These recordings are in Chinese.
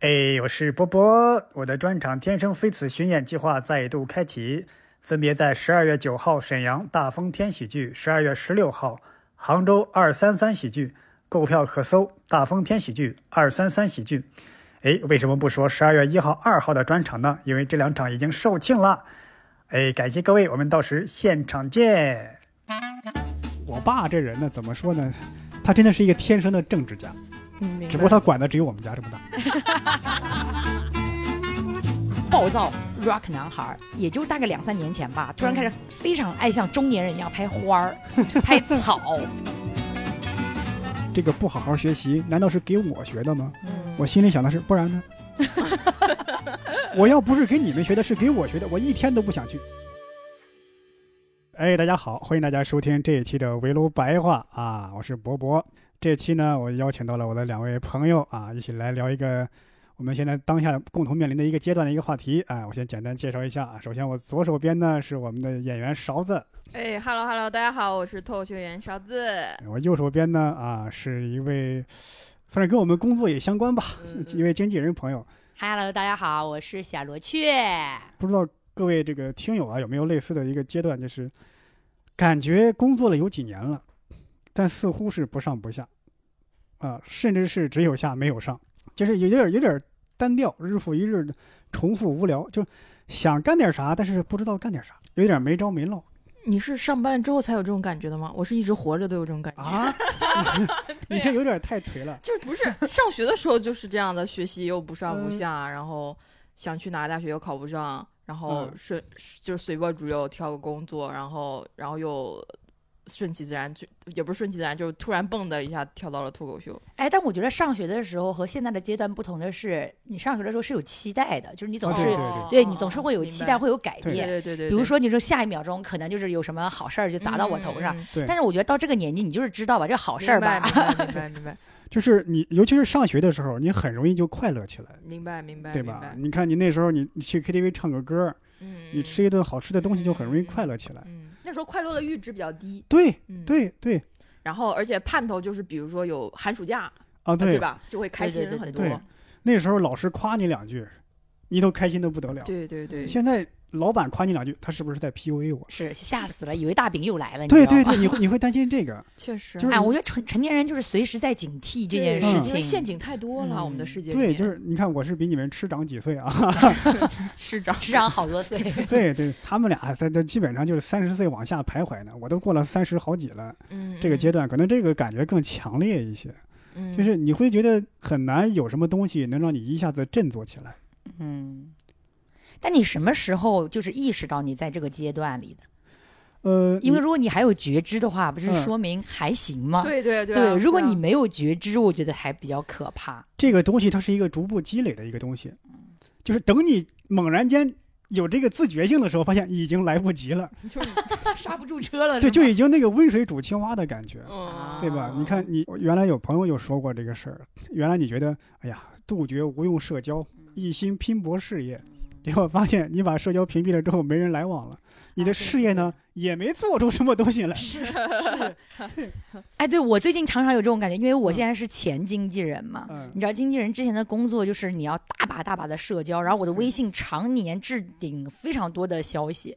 哎，我是波波，我的专场《天生非此》巡演计划再度开启，分别在十二月九号沈阳大风天喜剧，十二月十六号杭州二三三喜剧。购票可搜“大风天喜剧”“二三三喜剧”。哎，为什么不说十二月一号、二号的专场呢？因为这两场已经售罄了。哎，感谢各位，我们到时现场见。我爸这人呢，怎么说呢？他真的是一个天生的政治家。嗯，明白只不过他管的只有我们家这么大。暴躁 rock 男孩儿，也就大概两三年前吧，突然开始非常爱像中年人一样拍花儿、拍草。这个不好好学习，难道是给我学的吗？嗯，我心里想的是，不然呢？我要不是给你们学的，是给我学的，我一天都不想去。哎，大家好，欢迎大家收听这一期的围炉白话啊，我是博博。这期呢，我邀请到了我的两位朋友啊，一起来聊一个我们现在当下共同面临的一个阶段的一个话题啊。我先简单介绍一下啊，首先我左手边呢是我们的演员勺子，哎，Hello Hello，大家好，我是脱口秀演员勺子。我右手边呢啊是一位，算是跟我们工作也相关吧，嗯一位经纪人朋友。 Hello，大家好，我是小罗雀。不知道各位这个听友啊有没有类似的一个阶段，就是感觉工作了有几年了，但似乎是不上不下，啊，甚至是只有下没有上，就是有点儿有点儿单调，日复一日的重复无聊，就想干点啥，但是不知道干点啥，有点没着没 落你是上班了之后才有这种感觉的吗？我是一直活着都有这种感 觉。啊。你这有点太颓了。就是不是 上学的时候就是这样的，学习又不上不下，然后想去哪个大学又考不上，然后嗯顺、就随波逐流挑个工作，然后然后又顺其自然，就也不是顺其自然，就是突然蹦的一下跳到了脱口秀。哎，但我觉得上学的时候和现在的阶段不同的是，你上学的时候是有期待的，就是你总啊是、对对你总是会有明白期待，会有改对哦对变。对对对，比如说，你说下一秒钟可能就是有什么好事儿就对砸到我头上，，嗯嗯嗯对但是我觉得到这个年纪，你就是知道吧，这好事儿吧，明白明白明白就是你，尤其是上学的时候，你很容易就快乐起来，明白明白，对明吧？白？你看你那时候你，你去 KTV 唱个歌，嗯，你吃一顿好吃的东西，就很容易快乐起来。嗯，嗯那时候快乐的阈值比较低，对嗯，对对然后而且盼头就是比如说有寒暑假，啊，对对，吧？就会开对对心对很多对。那时候老师夸你两句，你都开心的不得了。对对对，现在老板夸你两句，他是不是在 PUA 我？ 是吓死了，以为大饼又来了，你知对道对吗？对，你会你会担心这 个，确实就是哎，我觉得成成年人就是随时在警惕这对件事嗯因为陷情，阱太多了，我们的世界里对，面就是你看我是比你们吃长几岁啊？ 市长吃长好多岁。对对，他们俩在这基本上就是三十岁往下徘徊呢，我都过了三十好几了，嗯这个阶段可能这个感觉更强烈一些，嗯就是你会觉得很难有什么东西能让你一下子振作起来。嗯， 但你什么时候就是意识到你在这个阶段里的？呃，因为你如果你还有觉知的话，不是嗯说明还行吗？对对对对，啊如果对啊你没有觉知，我觉得还比较可怕。这个东西它是一个逐步积累的一个东西，嗯就是等你猛然间有这个自觉性的时候，发现已经来不及了。就是 刹不住车了，对，是就吗已经那个温水煮青蛙的感觉，嗯对吧啊？你看，你我原来有朋友就说过这个事儿，原来你觉得，哎呀，杜绝无用社交，嗯一心拼搏事业，结果发现你把社交屏蔽了之后，没人来往了，你的啊对事业呢也没做出什么东西来。是是，哎，对我最近常常有这种感觉，因为我现在是前经纪人嘛。嗯，你知道经纪人之前的工作就是你要大把大把的社交，然后我的微信常年置顶非常多的消息，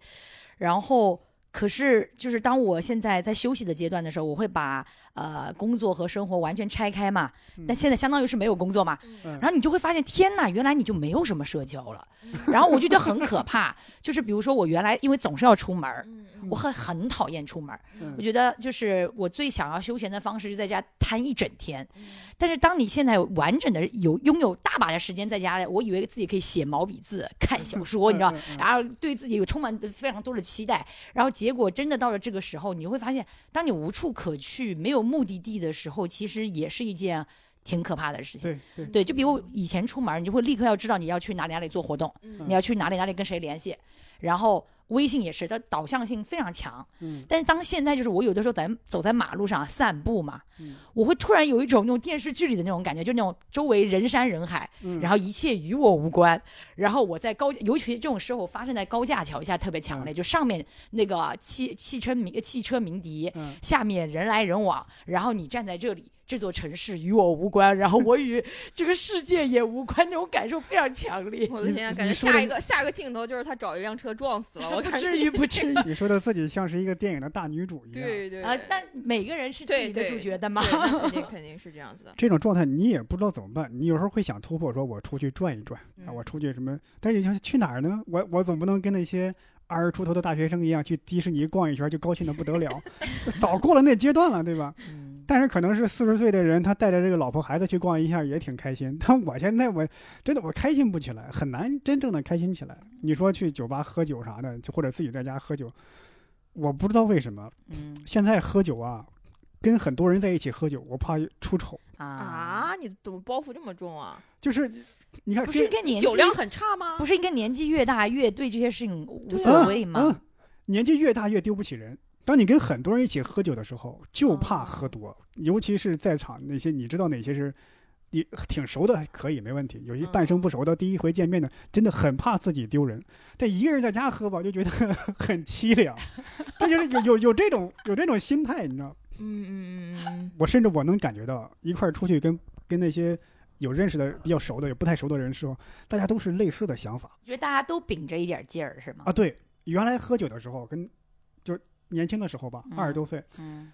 然后可是就是当我现在在休息的阶段的时候，我会把呃工作和生活完全拆开嘛嗯，但现在相当于是没有工作嘛，嗯然后你就会发现天呐，原来你就没有什么社交了，嗯然后我就觉得很可怕，就是比如说我原来因为总是要出门儿，嗯我很很讨厌出门儿。嗯我觉得就是我最想要休闲的方式，就在家瘫一整天。嗯但是当你现在完整的有拥有大把的时间在家里，我以为自己可以写毛笔字、看小说，你知道，嗯嗯嗯然后对自己有充满非常多的期待，然后结果真的到了这个时候，你会发现，当你无处可去、没有目的地的时候，其实也是一件挺可怕的事情。对对，对，就比如以前出门，你就会立刻要知道你要去哪里哪里做活动，嗯嗯你要去哪里哪里跟谁联系，然后微信也是，它导向性非常强。嗯但是当现在就是我有的时候在走在马路上散步嘛，嗯我会突然有一种那种电视剧里的那种感觉，就那种周围人山人海，嗯，然后一切与我无关。然后我在高，尤其这种时候发生在高架桥下特别强烈，就上面那个汽汽车鸣汽车鸣笛，嗯下面人来人往，然后你站在这里，这座城市与我无关，然后我与这个世界也无关，那种感受非常强烈。我的天啊，感觉你说的下一个下一个镜头就是他找一辆车撞死了，我不啊感觉至于，不至于你说的自己像是一个电影的大女主一样，对对呃啊！但每个人是自己的对对主角的嘛对，。那肯 定肯定是这样子的。这种状态你也不知道怎么办，你有时候会想突破，说我出去转一转啊，嗯我出去什么？但是你想去哪儿呢？我我总不能跟那些二十出头的大学生一样去迪士尼逛一圈就高兴的不得了，早过了那阶段了，对吧？嗯但是可能是四十岁的人，他带着这个老婆孩子去逛一下也挺开心。但我现在我真的我开心不起来，很难真正的开心起来。你说去酒吧喝酒啥的，就或者自己在家喝酒，我不知道为什么嗯现在喝酒啊，跟很多人在一起喝酒，我怕出丑。啊，啊，你怎么包袱这么重啊？就是你看不是这应该年纪酒量很差吗？不是应该年纪越大越对这些事情无对所谓吗？嗯，年纪越大越丢不起人。当你跟很多人一起喝酒的时候，哦就怕喝多，尤其是在场那些你知道哪些是你挺熟的可以没问题，有些半嗯生不熟的、第一回见面的，真的很怕自己丢人。但一个人在家喝吧，就觉得 很凄凉。这就是有有有这种有这种心态，你知道？嗯嗯嗯嗯我甚至我能感觉到，一块儿出去跟跟那些有认识的、比较熟的、也不太熟的人时候，大家都是类似的想法。觉得大家都秉着一点劲儿是吗？啊，对，原来喝酒的时候跟就年轻的时候吧，二十嗯多岁，嗯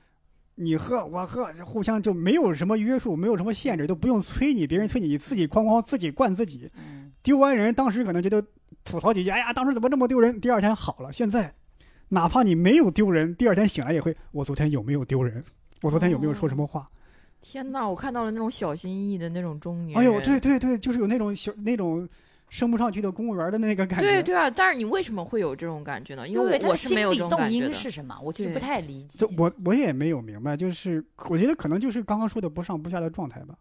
你喝我喝，互相就没有什么约束，没有什么限制，都不用催你，别人催你，你自己哐哐自己灌自己。嗯，丢完人，当时可能觉得吐槽几句，哎呀，当时怎么这么丢人？第二天好了，现在哪怕你没有丢人，第二天醒来也会，我昨天有没有丢人？我昨天有没有说什么话？嗯，天哪，我看到了那种小心翼翼的那种中年哎人。呦，对对对，就是有那种小那种升不上去的公务员的那个感觉。对对啊！但是你为什么会有这种感觉呢？因对为他我的是没心有理这种动感觉因的。是什么？我就是对不太理解这。我我也没有明白，就是我觉得可能就是刚刚说的不上不下的状态吧。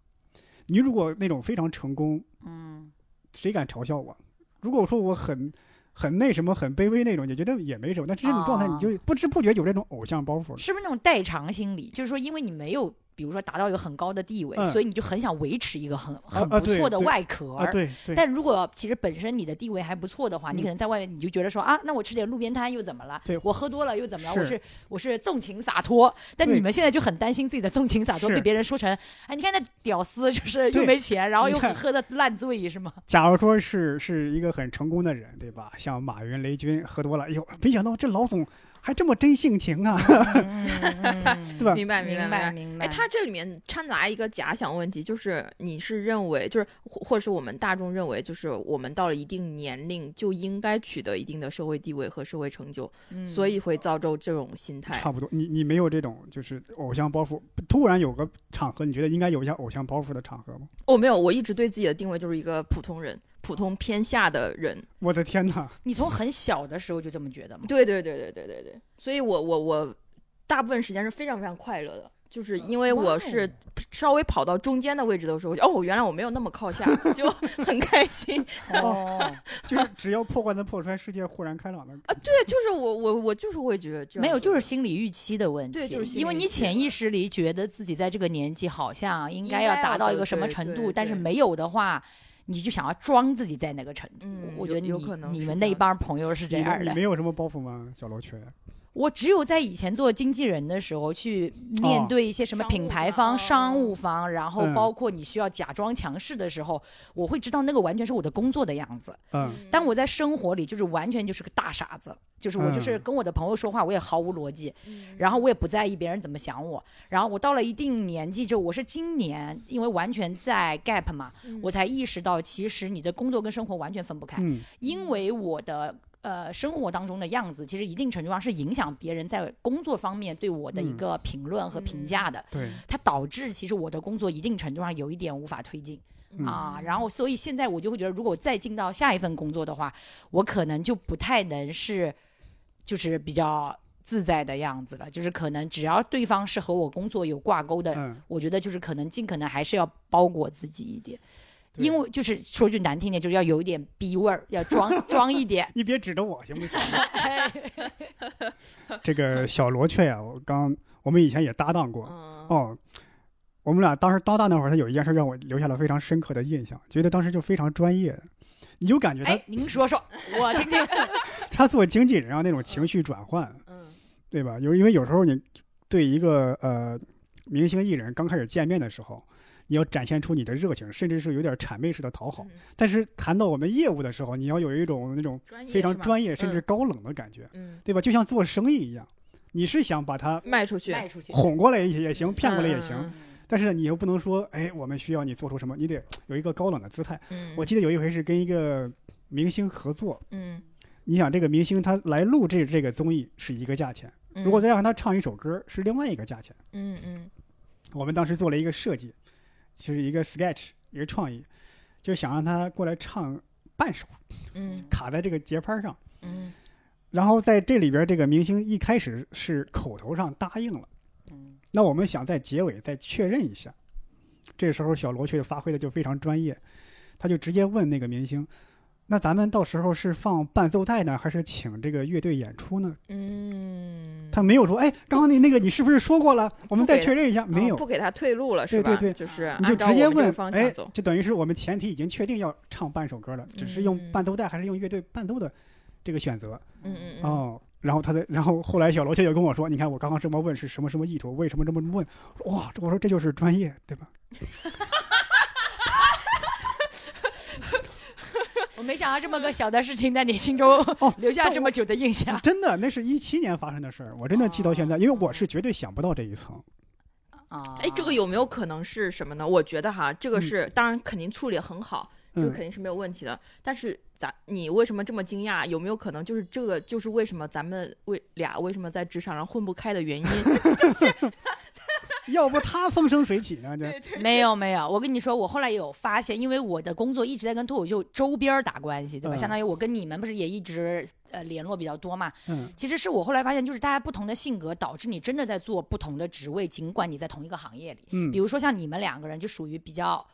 你如果那种非常成功，嗯谁敢嘲笑我？如果说我很很那什么很卑微那种，也觉得也没什么。但是这种状态，啊你就不知不觉有这种偶像包袱了。是不是那种代偿心理？就是说，因为你没有，比如说达到一个很高的地位，嗯所以你就很想维持一个很很啊不对错的对外壳儿。啊，对对，但如果其实本身你的地位还不错的话，你可能在外面你就觉得说啊，那我吃点路边摊又怎么了？对我喝多了又怎么了？我是是我是纵情洒脱。但对你们现在就很担心自己的纵情洒脱是被别人说成，哎，你看那屌丝就是又对没钱，然后你又看喝的烂醉 是吗？假如说是是一个很成功的人，对吧？像马云、雷军喝多了，哎呦，没想到这老总还这么真性情啊！嗯嗯嗯 对吧明白明明白白明白。明白。哎，他这里面掺杂一个假想问题，就是你是认为，就是或或者是我们大众认为，就是我们到了一定年龄就应该取得一定的社会地位和社会成就，嗯所以会造就这种心 态。差不多，你你没有这种就是偶像包袱，突然有个场合，你觉得应该有一下偶像包袱的场合吗？我哦没有，我一直对自己的定位就是一个普通人，普通偏下的人。我的天哪！你从很小的时候就这么觉得吗？对对对对对对对，所以我我我大部分时间是非常非常快乐的，就是因为哇哦我是稍微跑到中间的位置的时候，我就哦，原来我没有那么靠下， 就很开心。 哦， 就是只要破罐子破摔，世界豁然开朗的。啊对，就是我我我就是会觉得这样没有，就是是心理预期的问题。对就是心理因为你预期的潜意识里觉得自己在这个年纪好像应该应要该达要到一的个什么对程对度，但是对没有的话，你就想要装自己在那个程度。嗯我觉得有你有可能你是们这那一样帮朋友是这你样你的没。有什么包袱吗，小罗圈？我只有在以前做经纪人的时候，去面哦对一些什么商品务牌方方、哦商务方，然后嗯包括你需要假装强势的时候，我会知道那个完全是我的工作的样子。嗯，但我在生活里就是完全就是个大傻子，就是我就是嗯跟我的朋友说话，我也毫无逻辑，嗯然后我也不在意别人怎么想我。然后我到了一定年纪之后，我是今年因为完全在 gap 嘛，嗯我才意识到其实你的工作跟生活完全分不开，嗯，因为我的。呃，生活当中的样子，其实一定程度上是影响别人在工作方面对我的一嗯个评论和评价的，对，它导致其实我的工作一定程度上有一点无法推进。嗯啊，然后所以现在我就会觉得，如果我再进到下一份工作的话，我可能就不太能是，就是比较自在的样子了。就是可能只要对方是和我工作有挂钩的，嗯，我觉得就是可能尽可能还是要包裹自己一点，对因为就是说句难听点，就是要有一点逼味儿，要装 装一点。你别指着我行不 行？哎这个小罗圈呀、我刚我们以前也搭档过嗯哦。我们俩当时搭档那会儿，他有一件事让我留下了非常深刻的印象，觉得当时就非常专业，你就感觉他哎，您说说，我听听。他做经纪人啊那种情绪转换，嗯对吧？有因为有时候你对一个呃明星艺人刚开始见面的时候，你要展现出你的热情，甚至是有点谄媚式的讨好。嗯但是谈到我们业务的时候，你要有一种那种专业非常是吧专业甚至嗯高冷的感觉，嗯对吧？就像做生意一样，你是想把它卖出去，卖出去，哄过来也也行，骗过来也行，嗯但是你又不能说，哎，我们需要你做出什么，你得有一个高冷的姿态。嗯我记得有一回是跟一个明星合作，嗯，你想这个明星他来录制这个综艺是一个价钱，嗯如果再让他唱一首歌是另外一个价钱。嗯嗯我们当时做了一个设计，就是一个 sketch，一个创意，就想让他过来唱半首，嗯卡在这个节拍上。嗯然后在这里边，这个明星一开始是口头上答应了，嗯那我们想在结尾再确认一下。这时候小罗却发挥的就非常专业，他就直接问那个明星：“那咱们到时候是放伴奏带呢，还是请这个乐队演出呢？”嗯，他没有说：“哎，刚刚你那个你是不是说过了？我们再确认一下。”哦没有，不给他退路了，对是吧？对对就是你啊按就照直接我们这问个，方哎向走，，就等于是我们前提已经确定要唱半首歌了，只是用嗯伴奏带还是用乐队伴奏的这个选择嗯嗯嗯，哦。然后他的，然后后来小罗就有跟我说：“你看我刚刚这么问是什么什么意图？为什么这么问？”哇，我说这就是专业，对吧？ 我没想到这么个小的事情在你心中哦 留下这么久的印象。真的，那是一七年发生的事儿，我真的记到现在，因为我是绝对想不到这一层。哦啊哎，这个有没有可能是什么呢？我觉得哈，这个嗯是、当然肯定处理很好，这个嗯肯，定是没有问题的。但是咱你为什么这么惊讶？有没有可能就是这个就是为什么咱们为俩为什么在职场上混不开 的原因？要不他风生水起呢？这 对没有没有，我跟你说，我后来有发现，因为我的工作一直在跟脱口秀周边儿打关系，对吧？嗯相当于我跟你们不是也一直呃联络比较多嘛。嗯其实是我后来发现，就是大家不同的性格导致你真的在做不同的职位，尽管你在同一个行业里。嗯比，如说像你们两个人就属于比较。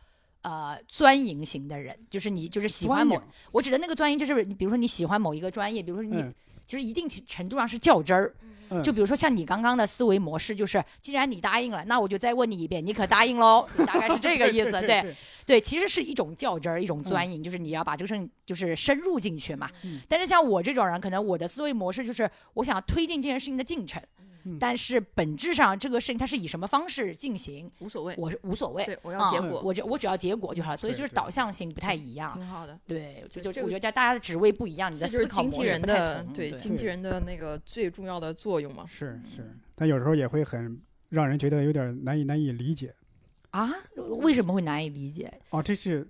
呃，钻营型的人，就是你，就是喜钻欢某营，我指的那个钻营，就是比如说你喜欢某一个专业，比如说你，嗯其实一定程度上是较真儿。嗯就比如说像你刚刚的思维模式，就是既然你答应了，那我就再问你一遍，你可答应 喽？大概是这个意思，啊对对对，其实是一种较真儿，一种钻营，就是你要把这个事情就是深入进去嘛。嗯但是像我这种人，可能我的思维模式就是我想推进这件事情的进程，嗯但是本质上这个事情它是以什么方式进行，无所谓，我是无所谓。对我啊要结果，我只我只要结果就好，所以对就是对导向性不太一样。挺好的。对，就嗯对就这我个觉得大家的职位不一样，你的这就思是考经纪模式人不太的同。经纪对人的那个最重要的作用嘛。是是，但有时候也会很让人觉得有点难以难以理解。啊，为什么会难以理解？哦，这是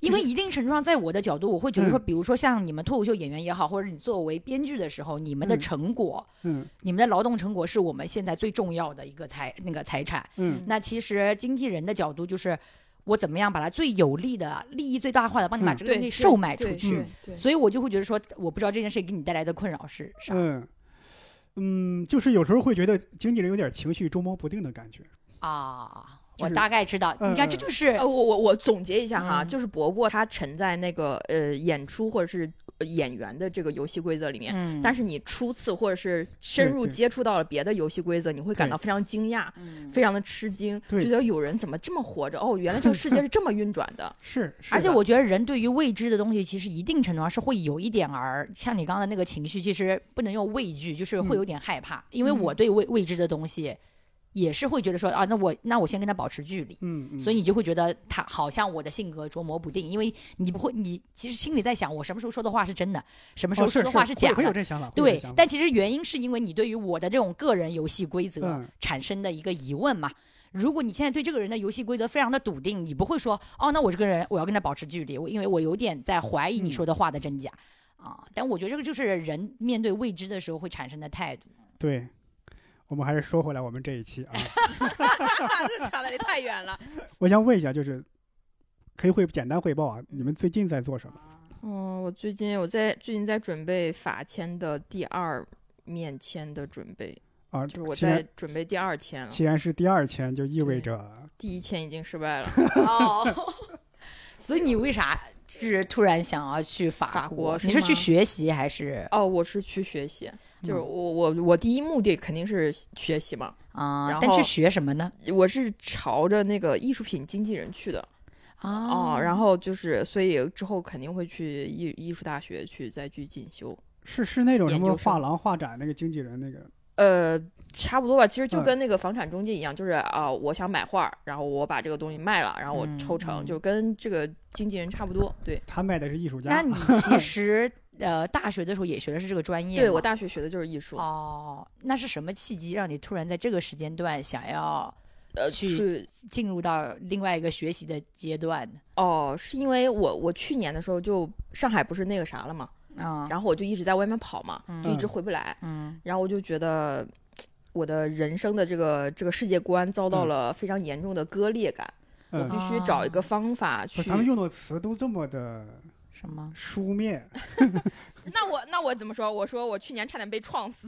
因为一定程度上，在我的角度，我会觉得说，嗯比如说像你们脱口秀演员也好，或者你作为编剧的时候，你们的嗯成果、嗯你们的劳动成果是我们现在最重要的一个财那个财产。嗯那其实经纪人的角度就是，我怎么样把它最有利的、利益最大化的帮你把嗯这个对，东西对售卖出对去。对对所以我就会觉得说，我不知道这件事给你带来的困扰是啥、嗯嗯，就是有时候会觉得经纪人有点情绪捉摸不定的感觉。啊。嗯就我是大概知道，你看，嗯这就是、呃，我我我总结一下哈，嗯就是伯伯他沉在那个呃演出或者是呃演员的这个游戏规则里面，嗯但是你初次或者是深入对对接触到了别的游戏规则，你会感到非常惊讶，嗯非常的吃惊，对。觉得有人怎么这么活着？哦，原来这个世界是这么运转的 是，是而且的我觉得人对于未知的东西，其实一定程度上是会有一点儿，像你刚才那个情绪，其实不能用畏惧，就是嗯会有点害怕，因为我对未未知的东西也是会觉得说啊，那我那我先跟他保持距离。嗯，嗯所以你就会觉得他好像我的性格琢磨不定，因为你不会，你其实心里在想，我什么时候说的话是真的，什么时哦候是说的话是假会会有的。这想法，会有这对想，法但其实原因是因为你对于我的这种个人游戏规则嗯产生的一个疑问嘛。如果你现在对这个人的游戏规则非常的笃定，你不会说哦，那我这个人我要跟他保持距离，我因为我有点在怀疑你嗯说的话的真假、啊。但我觉得这个就是人面对未知的时候会产生的态度。对，我们还是说回来我们这一期 啊，这扯的也太远了。我想问一下，就是可以汇简单汇报啊，你们最近在做什么？嗯，我最近我在最近在准备法签的第二面签的准备，啊，就是我既然在准备第二签了，既然是第二签，就意味着第一签已经失败了。哦， 所以你为啥是突然想要去法法国是你是去吗学习还是哦，我是去学习，就是嗯我我我第一目的肯定是学习嘛，啊、然但去后学什么呢？我是朝着那个艺术品经纪人去的啊哦，然后就是所以之后肯定会去艺艺术大学去再去进修，是是那种什研么究生画廊画展那个经纪人那个呃，差不多吧。其实就嗯跟那个房产中介一样，就是啊、我想买画儿，然后我把这个东西卖了，然后我嗯抽嗯成，就跟这个经纪人差不多。对，他卖的是艺术家，那你其实 呃，大学的时候也学的是这个专业吗，对我大学学的就是艺术，哦，那是什么契机让你突然在这个时间段想要呃，去是进入到另外一个学习的阶段呢？哦，是因为我我去年的时候就上海不是那个啥了嘛，啊，然后我就一直在外面跑嘛，嗯就一直回不来，嗯然后我就觉得。我的人生的这个这个世界观遭到嗯了非常严重的割裂感，我嗯必须找一个方法不去是咱们用的词都这么的什么？书面，那我那我怎么说？我说我去年差点被撞 死。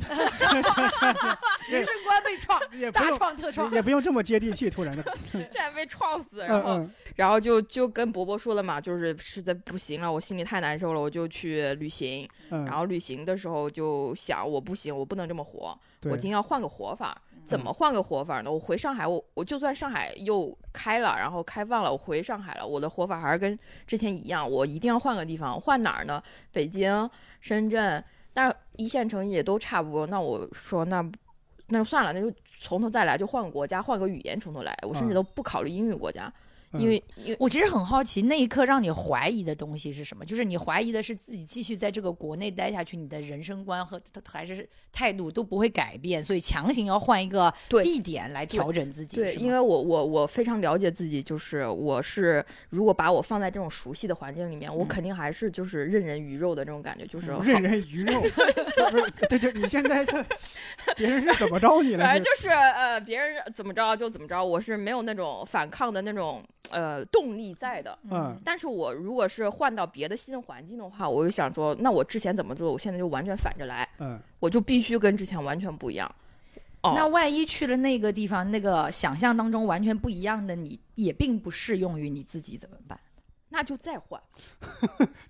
人生观被 创，也不大用创特创也。也不用这么接地气，突然的，这还被撞死，嗯 然后、嗯然后就就跟伯伯说了嘛，就是实在不行了，我心里太难受了，我就去旅行。嗯，然后旅行的时候就想，我不行，我不能这么活，对我一定要换个活法。嗯怎么换个活法呢？我回上海，我我就算上海又开了，然后开放了，我回上海了，我的活法还是跟之前一样，我一定要换个地方，换哪儿呢？北京、深圳，那一线城市也都差不多。那我说那那就算了，那就从头再来，就换个国家，换个语言从头来。我甚嗯至都不考虑英语国家，嗯因为因为我其实很好奇，那一刻让你怀疑的东西是什么？就是你怀疑的是自己继续在这个国内待下去，你的人生观和还是态度都不会改变，所以强行要换一个对地点来调整自己。对，是吗因为我我我非常了解自己，就是我是如果把我放在这种熟悉的环境里面，我嗯肯定还是就是任人鱼肉的这种感觉，就是 好嗯任人鱼肉，不是？对，就你现在 这别人是怎么着你了？反是正就是呃，别人怎么着就怎么着，我是没有那种反抗的那种呃动力在的。嗯但是我如果是换到别的新的环境的话，我就想说，那我之前怎么做，我现在就完全反着来，嗯，我就必须跟之前完全不一样。哦，那万一去了那个地方，那个想象当中完全不一样的你，也并不适用于你自己，怎么办？那就再换。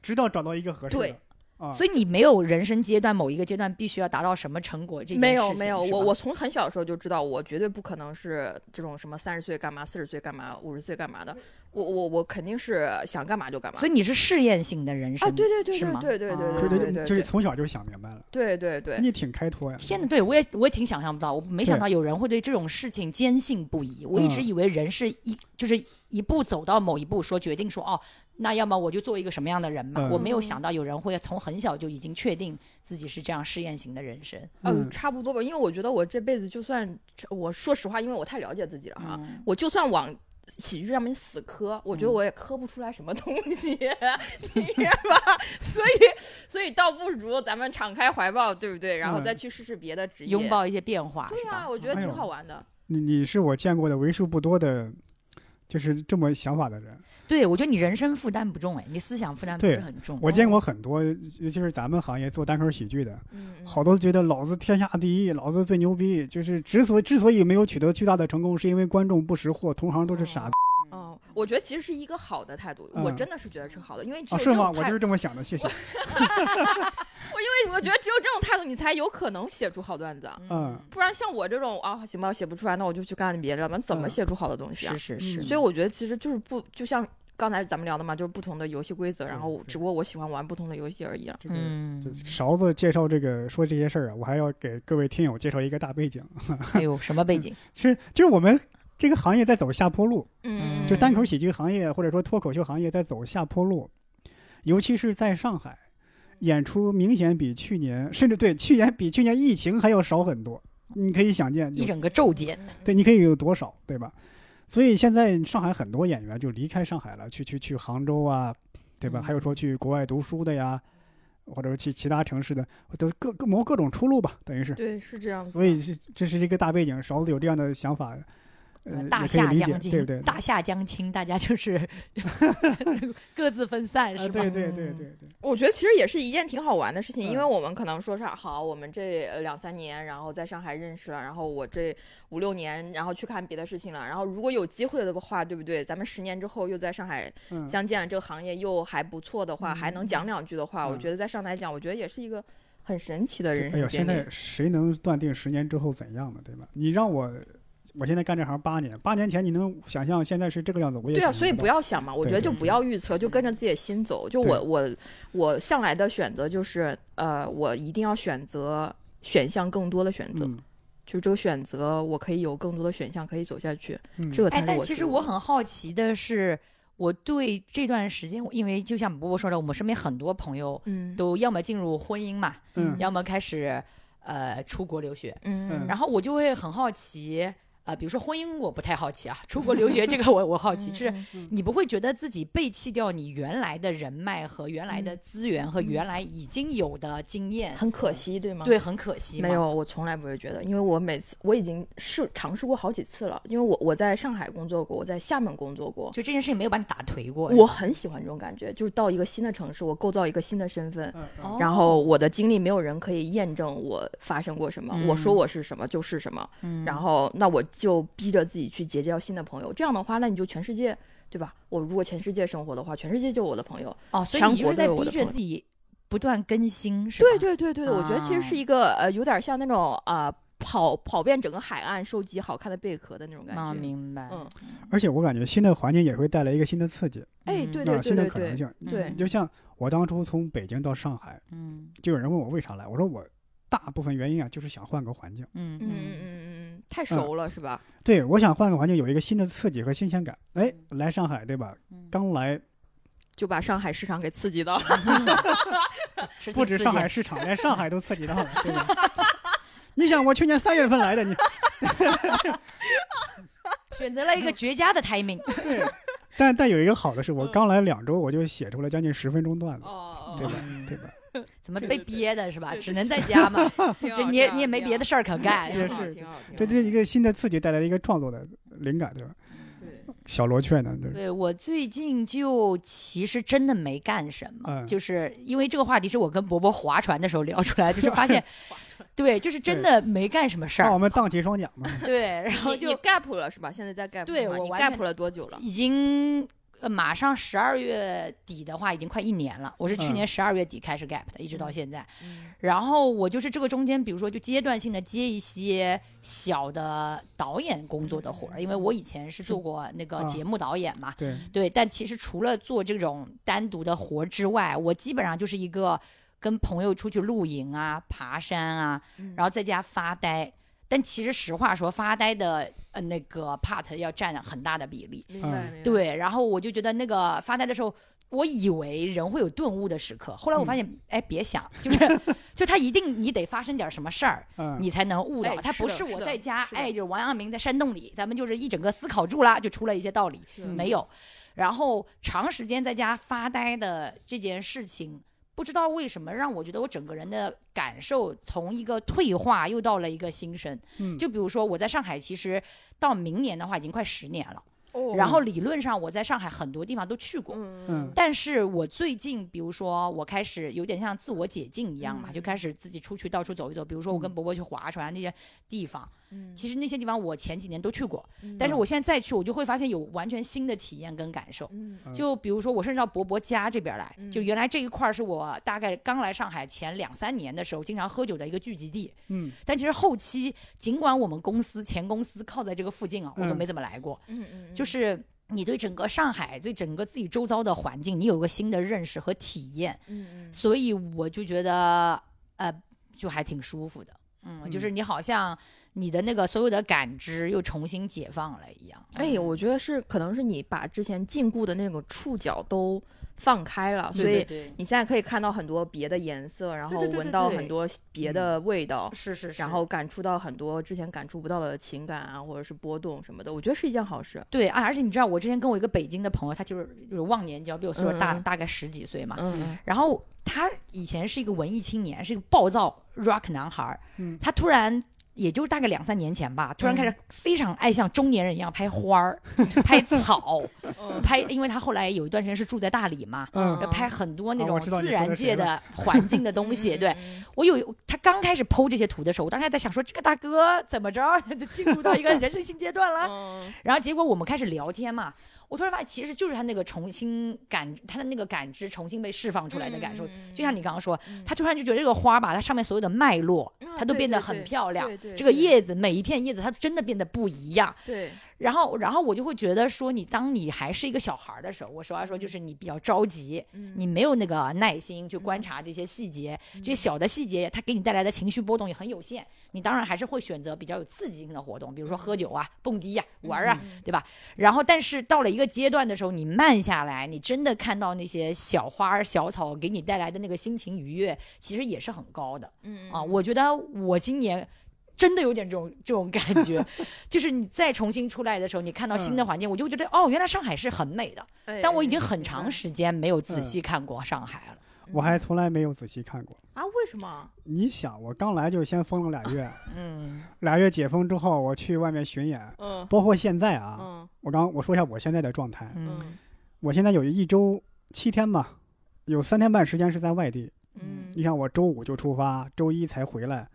直到找到一个合适的。对啊，所以你没有人生阶段某一个阶段必须要达到什么成果，这件没有事情没有，是吧我我从很小的时候就知道，我绝对不可能是这种什么三十岁干嘛、四十岁干嘛、五十岁干嘛的。我我我肯定是想干嘛就干嘛。所以你是试验性的人生啊，对对对是对吗对对啊就嗯对对是对得对就是对从小就想明白了，对对对。你挺开拓呀。天哪，对我也我也挺想象不到，我没想到有人会对这种事情坚信不疑。嗯我一直以为人是一就是一步走到某一步，说决定说哦，那要么我就做一个什么样的人嘛。嗯我没有想到有人会从很小就已经确定自己是这样试验型的人生嗯，嗯差不多吧，因为我觉得我这辈子就算我说实话，因为我太了解自己了哈，嗯啊。我就算往喜剧上面死磕，我觉得嗯我也磕不出来什么东西， 你明白吧？ 所以，所以倒不如咱们敞开怀抱，对不对？然后嗯再去试试别的职业，拥。抱一些变化，对是啊，吧？嗯我觉得哎挺呦好玩的。你你是我见过的为数不多的，就是这么想法的人。哦对我觉得你人生负担不重哎，你思想负担不对是很重。我见过很多，尤其是咱们行业做单口喜剧的，嗯，嗯好多觉得老子天下第一，老子最牛逼。就是之所之所以没有取得巨大的成功，是因为观众不识货，同行都是傻逼。嗯，我觉得其实是一个好的态度，我嗯真的是觉得是好的，因为只啊，是有这吗？种我态就度，是这么想的，谢谢。我因为我觉得只有这种态度，你才有可能写出好段子啊。嗯，不然像我这种啊，行吧，写不出来，那我就去干别的了，那怎么嗯写出好的东西啊是？是是，嗯所以我觉得其实就是不，就像刚才咱们聊的嘛，就是不同的游戏规则，然后对只不过我喜欢玩不同的游戏而已了。这个 嗯这，勺子介绍这个说这些事儿啊，我还要给各位听友介绍一个大背景。啊还有哎什么背 景？其实就是我们这个行业在走下坡路，嗯就单口喜剧行业或者说脱口秀行业在走下坡路，尤其是在上海，演出明显比去年，甚至对去年比去年疫情还要少很多。你可以想见，嗯一整个骤减，对，你可以有多少，对吧？所以现在上海很多演员就离开上海了，去去去杭州啊，对吧？嗯还有说去国外读书的呀，或者说去其他城市的，都各各谋各种出路吧，等于是。嗯对，是这样子。所以这这是一个大背景，勺子有这样的想法，呃，大也可以夏理将解，近，对不对？大夏将倾，大家就是 各自分散，啊，是吧？哎对对对对对，我觉得其实也是一件挺好玩的事情，嗯因为我们可能说是好，我们这呃两三年，然后在上海认识了，然后我这五六年，然后去看别的事情了，然后如果有机会的话，对不对？咱们十年之后又在上海嗯，相见了，这个行业又还不错的话，还能讲两句的话，嗯我觉得在上台讲，我觉得也是一个很神奇的人哎生呦，现经历。在谁能断定十年之后怎样呢？对吧？你让我，我现在干这行八年，八年前你能想象现在是这个样子，我也对想啊，象所以不不到要想嘛，我对觉得对就不要预测，就跟着自己的心走。就我我我向来的选择就是，呃，我一定要选择选项更多的选择，嗯就是这个选择我可以有更多的选项可以走下去，嗯这个才哎，是但我其觉实得我很好奇的是，我对这段时间，因为就像波波说的，我们身边很多朋友嗯都要么进入婚姻嘛，嗯要么开始呃出国留学，嗯然后我就会很好奇。呃，比如说婚姻我不太好奇啊，出国留学这个我我好奇，嗯是你不会觉得自己背弃掉你原来的人脉和原来的嗯资源和原来已经有的经验，很可惜，对吗？对，很可惜吗。没有，我从来不会觉得，因为我每次我已经试尝试过好几次了，因为我我在上海工作过，我在厦门工作过，就这件事情没有把你打颓过。我很喜欢这种感觉，就是到一个新的城市，我构造一个新的身份，嗯嗯哦然后我的经历没有人可以验证我发生过什么，嗯我说我是什么就是什么，嗯然后那我就逼着自己去结交新的朋友，这样的话，那你就全世界。对吧？我如果全世界生活的话，全世界就我的朋友。哦，所以全你就国是都在有我逼的着朋自己不断更新，是吧？对对对对对，我觉得其啊实是一个呃，有点像那种啊、跑跑遍整个海岸收集好看的贝壳的那种感啊，觉。明白。嗯而且我感觉新的环境也会带来一个新的刺激，哎，嗯对啊对对新的对可能对，性。对嗯你就像我当初从北京到上海，嗯就有人问我为啥来，我说我大部分原因啊，就是想换个环境。嗯嗯嗯嗯嗯嗯，太熟了是吧？对，我想换个环境，有一个新的刺激和新鲜感。哎，来上海对吧？嗯，刚来就把上海市场给刺激到了。是不止挺刺上激海市场，连上海都刺激到了，对吧？ 你想，我去年三月份来的，你选择了一个绝佳的 timing。对。但但有一个好的是，嗯我刚来两周，我就写出了将近十分钟段子，哦，对吧？嗯对吧？ 怎么对被对对憋的是吧？只能在家 嘛，哦这你也你也没别的事事儿可干，是是是吧？吧挺好，挺这好。就是一个新的刺激带来的一个创作的灵感，对吧？对小罗雀呢，对吧？对我最近就其实真的没干什么，嗯就是因为这个话题是我跟伯伯划船的时候聊出来，就是发现，对，就是真的没干什么事那儿哦我，们荡起双桨嘛，对，然后哦你你就 gap 了是吧？现在在 gap 对吗我你完全 gap 了多久了？已经。呃，马上十二月底的话，已经快一年了。我是去嗯年十二月底开始 gap 的，一直到现在。嗯然后我就是这个中间，比如说就阶段性的接一些小的导演工作的活儿，因为我以前是做过那个啊节目导演嘛，对，对，但其实除了做这种单独的活之外，我基本上就是一个跟朋友出去露营啊、爬山啊，嗯然后在家发呆。但其实实话说，发呆的呃那个 part 要占很大的比例。明嗯白明白。对，然后我就觉得那个发呆的时候，我以为人会有顿悟的时刻，后来我发现，嗯哎，别想，就是 就他一定你得发生点什么事儿，嗯，你才能悟到哎。他不是的我是在的家，是的哎，就是王阳明在山洞里，咱们就是一整个思考住了，就出了一些道理。是的没有。然后长时间在家发呆的这件事情，不知道为什么让我觉得我整个人的感受从一个退化又到了一个新生。嗯就比如说我在上海，其实到明年的话已经快十年了，哦然后理论上我在上海很多地方都去过。嗯嗯但是我最近，比如说我开始有点像自我解禁一样嘛，嗯就开始自己出去到处走一走。比如说我跟伯伯去划船那些地方，嗯其实那些地方我前几年都去过，嗯但是我现在再去，我就会发现有完全新的体验跟感受。嗯嗯就比如说，我甚至到伯伯家这边来，嗯就原来这一块儿是我大概刚来上海前两三年的时候经常喝酒的一个聚集地。嗯但其实后期，尽管我们公司前公司靠在这个附近啊，我都嗯没怎么来过，嗯嗯，就是。你对整个上海，对整个自己周遭的环境，你有个新的认识和体验，嗯嗯所以我就觉得，呃，就还挺舒服的。嗯，嗯就是你好像你的那个所有的感知又重新解放了一样。嗯哎，我觉得是，可能是你把之前禁锢的那种触角都放开了，所对以对你现在可以看到很多别的颜色，然后对对对闻对到对很多别的味道对，是是是，然后感触到很多之前感触不到的情感啊，或者是波动什么的，我觉得是一件好事。对啊，而且你知道，我之前跟我一个北京的朋友，他就是就是忘年交，比我岁数大、嗯嗯大概十几岁嘛。嗯然后他以前是一个文艺青年，是一个暴躁 rock 男孩儿。嗯他突然也就是大概两三年前吧，突然开始非常爱像中年人一样拍花儿、拍草、嗯拍，因为他后来有一段时间是住在大理嘛。嗯要拍很多那哦种我知道你自说的谁然界了的 环境的 东西，对，嗯我有他刚开始剖这些图的时候，我当时还在想说这个大哥怎么着 就进入到一个人生新阶段了。嗯然后结果我们开始聊天嘛，我突然发现其实就是他那个重新感，他的那个感知重新被释放出来的感嗯受。就像你刚刚说，他突然就觉得这个花吧，它上面所有的脉络，它都变得很漂亮，啊嗯对对这个对叶子每一片叶子它真的变得不一样。对，然后，然后我就会觉得说，你当你还是一个小孩儿的时候，我实话说，就是你比较着急，嗯嗯你没有那个耐心去观察这些细节，这些小的细节，它给你带来的情绪波动也很有限。你当然还是会选择比较有刺激性的活动，比如说喝酒啊、蹦迪呀、嗯玩儿啊，对吧？然后，但是到了一个阶段的时候，你慢下来，你真的看到那些小花儿、小草给你带来的那个心情愉悦，其实也是很高的。嗯啊，我觉得我今年真的有点这种这种感觉，就是你再重新出来的时候，你看到新的嗯环境，我就会觉得哦，原来上海是很美的。哎但我已经很明长白时间没有仔嗯细看过上海了。我还从来没有仔细看过。啊，为什么？你想，我刚来就先封了俩月，嗯俩月解封之后，我去外面巡演，嗯包括现在啊，嗯我刚我说一下我现在的状态，嗯我现在有一周七天吧，有三天半时间是在外地。你嗯看，我周五就出发，周一才回来，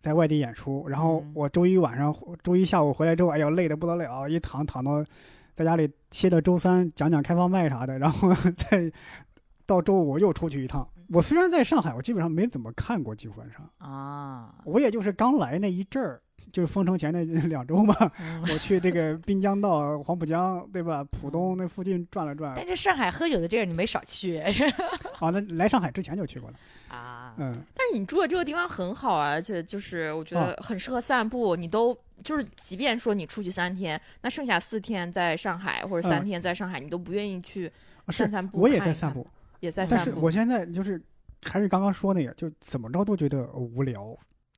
在外地演出。然后嗯我周一晚上、周一下午回来之后，哎呦，累得不得了，一躺躺到在家里歇到周三，讲讲开放麦啥的，然后 再到周五又出去一趟。我虽然在上海，我基本上没怎么看过，基本上啊，我也就是刚来那一阵儿，就是封城前那 两周吧，嗯我去这个滨江道、黄浦江，对吧？浦东那附近转了转。 但是上海喝酒的地儿你没少去啊，那来上海之前就去过了，啊。嗯，但是你住的这个地方很好啊，而且就是我觉得很适合散步。你都就是，即便说你出去三天，那剩下四天在上海或者三嗯啊天在上海，你都不愿意去是散散步。我也看在一散看，步，也在但散是步。我现在就是还是刚刚说那个，就怎么着都觉得无聊。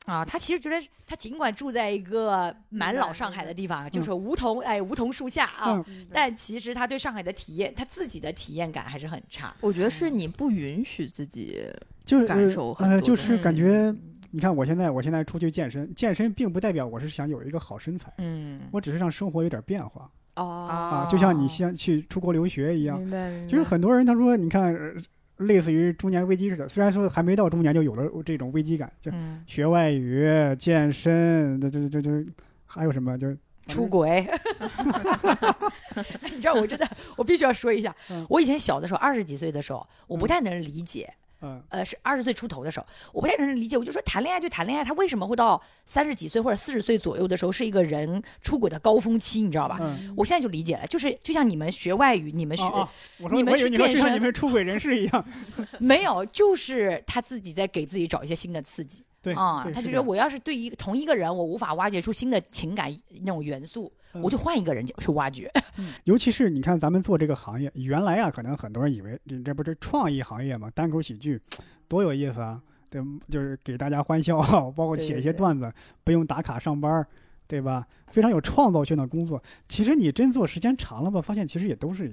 啊，他其实觉得他尽管住在一个蛮明老白上明海的白地方，就是梧桐哎梧桐树下啊，嗯，嗯但其实他对上海的体验，他自己的体验感还是很差。我觉得嗯是你不允许自己，就是感受呃很呃，多就东是西感觉，你看我现在，我现在出去健身，健身并不代表我是想有一个好身材，嗯我只是让生活有点变化哦，啊，就像你像去出国留学一样，明白嗯明白。就是很多人他说，你看，呃类似于中年危机似的，虽然说还没到中年就有了这种危机感，就嗯学外语、健身，这这这这，还有什么就出轨。 你知道我真的，我必须要说一下嗯，我以前小的时候，二十几岁的时候，我不太能理解，嗯呃，是二十岁出头的时候，我不太能理解，我就说谈恋爱就谈恋爱，他为什么会到三十几岁或者四十岁左右的时候是一个人出轨的高峰期，你知道吧？嗯。我现在就理解了，就是就像你们学外语，你们学、哦哦我说你们我以去为你说健就像身你们出轨人士一样，没有，就是他自己在给自己找一些新的刺激。对啊，对他是这就觉得样我要是对一个同一个人，我无法挖掘出新的情感那种元素，嗯我就换一个人去挖掘。 尤其是你看咱们做这个行业，原来啊，可能很多人以为这这不是创意行业嘛，单口喜剧多有意思啊，对，就是给大家欢笑， 包括对写对一些对段子，不用打卡上班，对吧？非常有创造性的工作。其实你真做时间长了吧，发现其实也都是，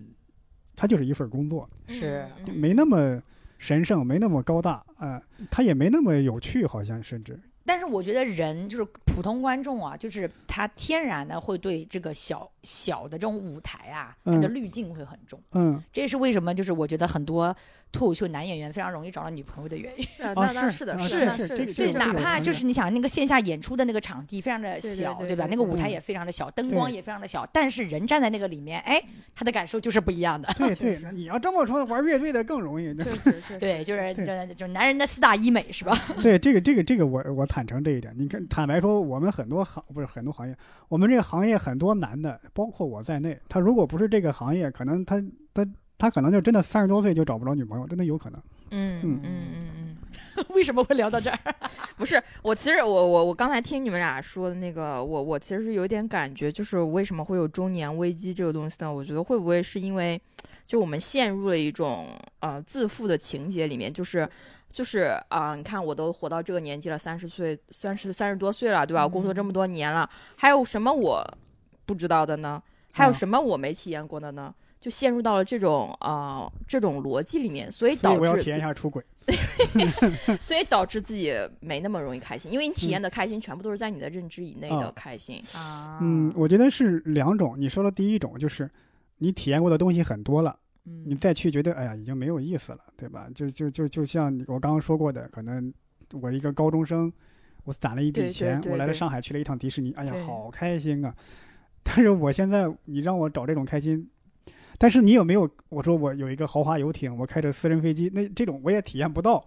它就是一份工作，是嗯就没那么神圣，没那么高大，呃，它也没那么有趣，好像甚至但是我觉得人就是普通观众啊，就是他天然的会对这个小小的这种舞台啊，他的嗯滤镜会很重。 嗯，这也是为什么就是我觉得很多脱口秀男演员非常容易找到女朋友的原因。啊啊那那是的，啊是是的是的这个的这对，个哪有怕成就的是你想那个线下演出的那个场地非常的对对小，对吧？对那个对舞台嗯也非常的小，灯对嗯光也非常的小，但是人站在那个里面，哎，他的感受就是不一样的。对对，那你要这么说，玩乐队的更容易。确实确实。对，就是对就就是男人的四大医美是吧？ 对这个这个这个我我坦诚这一点，你看坦白说，我们很多行不是很多行业，我们这个行业很多男的，包括我在内，他如果不是这个行业，可能他他他可能就真的三十多岁就找不着女朋友，真的有可能。嗯嗯嗯嗯嗯。为什么会聊到这儿？不是，我其实我我我刚才听你们俩说的那个，我我其实是有点感觉，就是为什么会有中年危机这个东西呢？我觉得会不会是因为，就我们陷入了一种呃自负的情节里面，就是就是啊、你看我都活到这个年纪了，三十岁，三十三十多岁了，对吧？我工作嗯这么多年了，还有什么我不知道的呢？还有嗯什么我没体验过的呢？就陷入到了这种啊、这种逻辑里面，所以所导以致我要自体验己一下出轨。所以导致自己没那么容易开心，因为你体验的开心全部都是在你的认知以内的啊开心。啊嗯，我觉得是两种。你说的第一种就是你体验过的东西很多了，嗯你再去觉得哎呀已经没有意思了，对吧？就就就就像你我刚刚说过的，可能我一个高中生，我攒了一笔对对钱，对我来了对上海去了一趟迪士尼，哎呀对好开心啊！但是我现在你让我找这种开心，但是你有没有？我说我有一个豪华游艇，我开着私人飞机，那这种我也体验不到，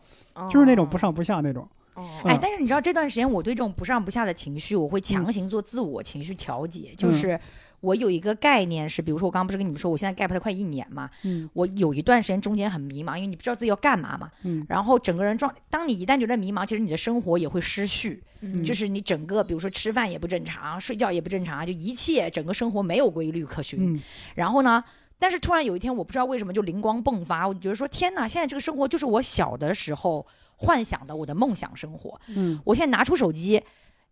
就是那种不上不下那种。哦哎嗯，但是你知道这段时间我对这种不上不下的情绪，嗯我会强行做自我情绪调节，就是我有一个概念是，比如说我刚刚不是跟你们说，我现在 gap 了快一年嘛，嗯我有一段时间中间很迷茫，因为你不知道自己要干嘛嘛，嗯然后整个人状，当你一旦觉得迷茫，其实你的生活也会失序，嗯就是你整个比如说吃饭也不正常，睡觉也不正常，就一切整个生活没有规律可循，嗯然后呢，但是突然有一天，我不知道为什么就灵光迸发，我就觉得说天哪，现在这个生活就是我小的时候幻想的我的梦想生活。嗯，我现在拿出手机，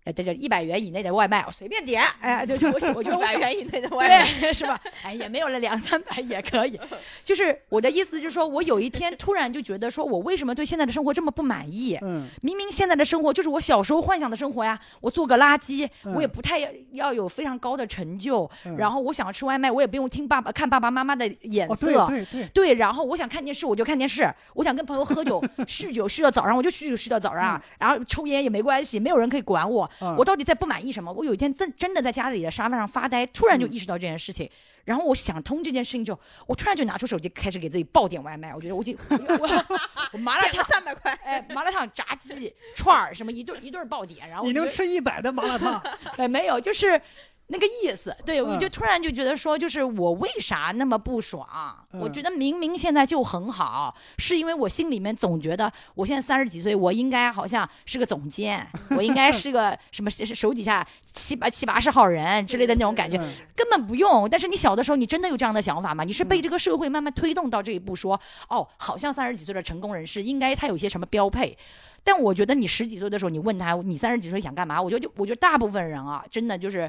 呃，这这一百元以内的外卖，我随便点，哎，就是我手我觉得我百手元以内的 外卖，对是吧？哎，也没有了两三百也可以。就是我的意思就是说，我有一天突然就觉得说我为什么对现在的生活这么不满意？嗯明明现在的生活就是我小时候幻想的生活呀，我做个垃圾，嗯我也不太要有非常高的成就，嗯然后我想吃外卖，我也不用听爸爸看爸爸妈妈的眼哦，对色。对对，对然后我想看电视，我就看电视；我想跟朋友喝 酒，酗酒酗到早上，我就酗酒酗到早上；然后抽烟也没关系，没有人可以管我。嗯我到底在不满意什么？我有一天真真的在家里的沙发上发呆，突然就嗯意识到这件事情，然后我想通这件事情之后，我突然就拿出手机开始给自己爆点外卖。我觉得我已经 我我麻辣点了烫，三百块，哎，麻辣烫、炸鸡、串儿什么一顿一顿爆点，然后你我觉能得吃一百的麻辣烫，哎，没有，就是那个意思。对，我嗯就突然就觉得说，就是我为啥那么不爽？我嗯觉得明明现在就很好，是因为我心里面总觉得我现在三十几岁，我应该好像是个总监，我应该是个什么手底下七八七八十号人之类的那种感觉，嗯根本不用。但是你小的时候，你真的有这样的想法吗？你是被这个社会慢慢推动到这一步说，哦，好像三十几岁的成功人士应该他有一些什么标配。但我觉得你十几岁的时候，你问他你三十几岁想干嘛，我觉得就我觉得大部分人啊，真的就是。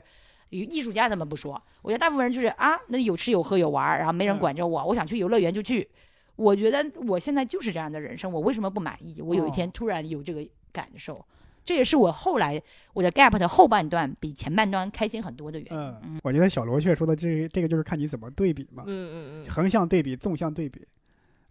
艺术家咱们不说，我觉得大部分人就是啊，那有吃有喝有玩儿，然后没人管着我，我想去游乐园就去。我觉得我现在就是这啊样的人生，我为什么不满意？我有一天突然有这个感受，这也是我后来我的 gap 的后半段比前半段开心很多的原因。嗯，我觉得小罗雀说的这这个就是看你怎么对比嘛，嗯嗯横向对比、纵向对比。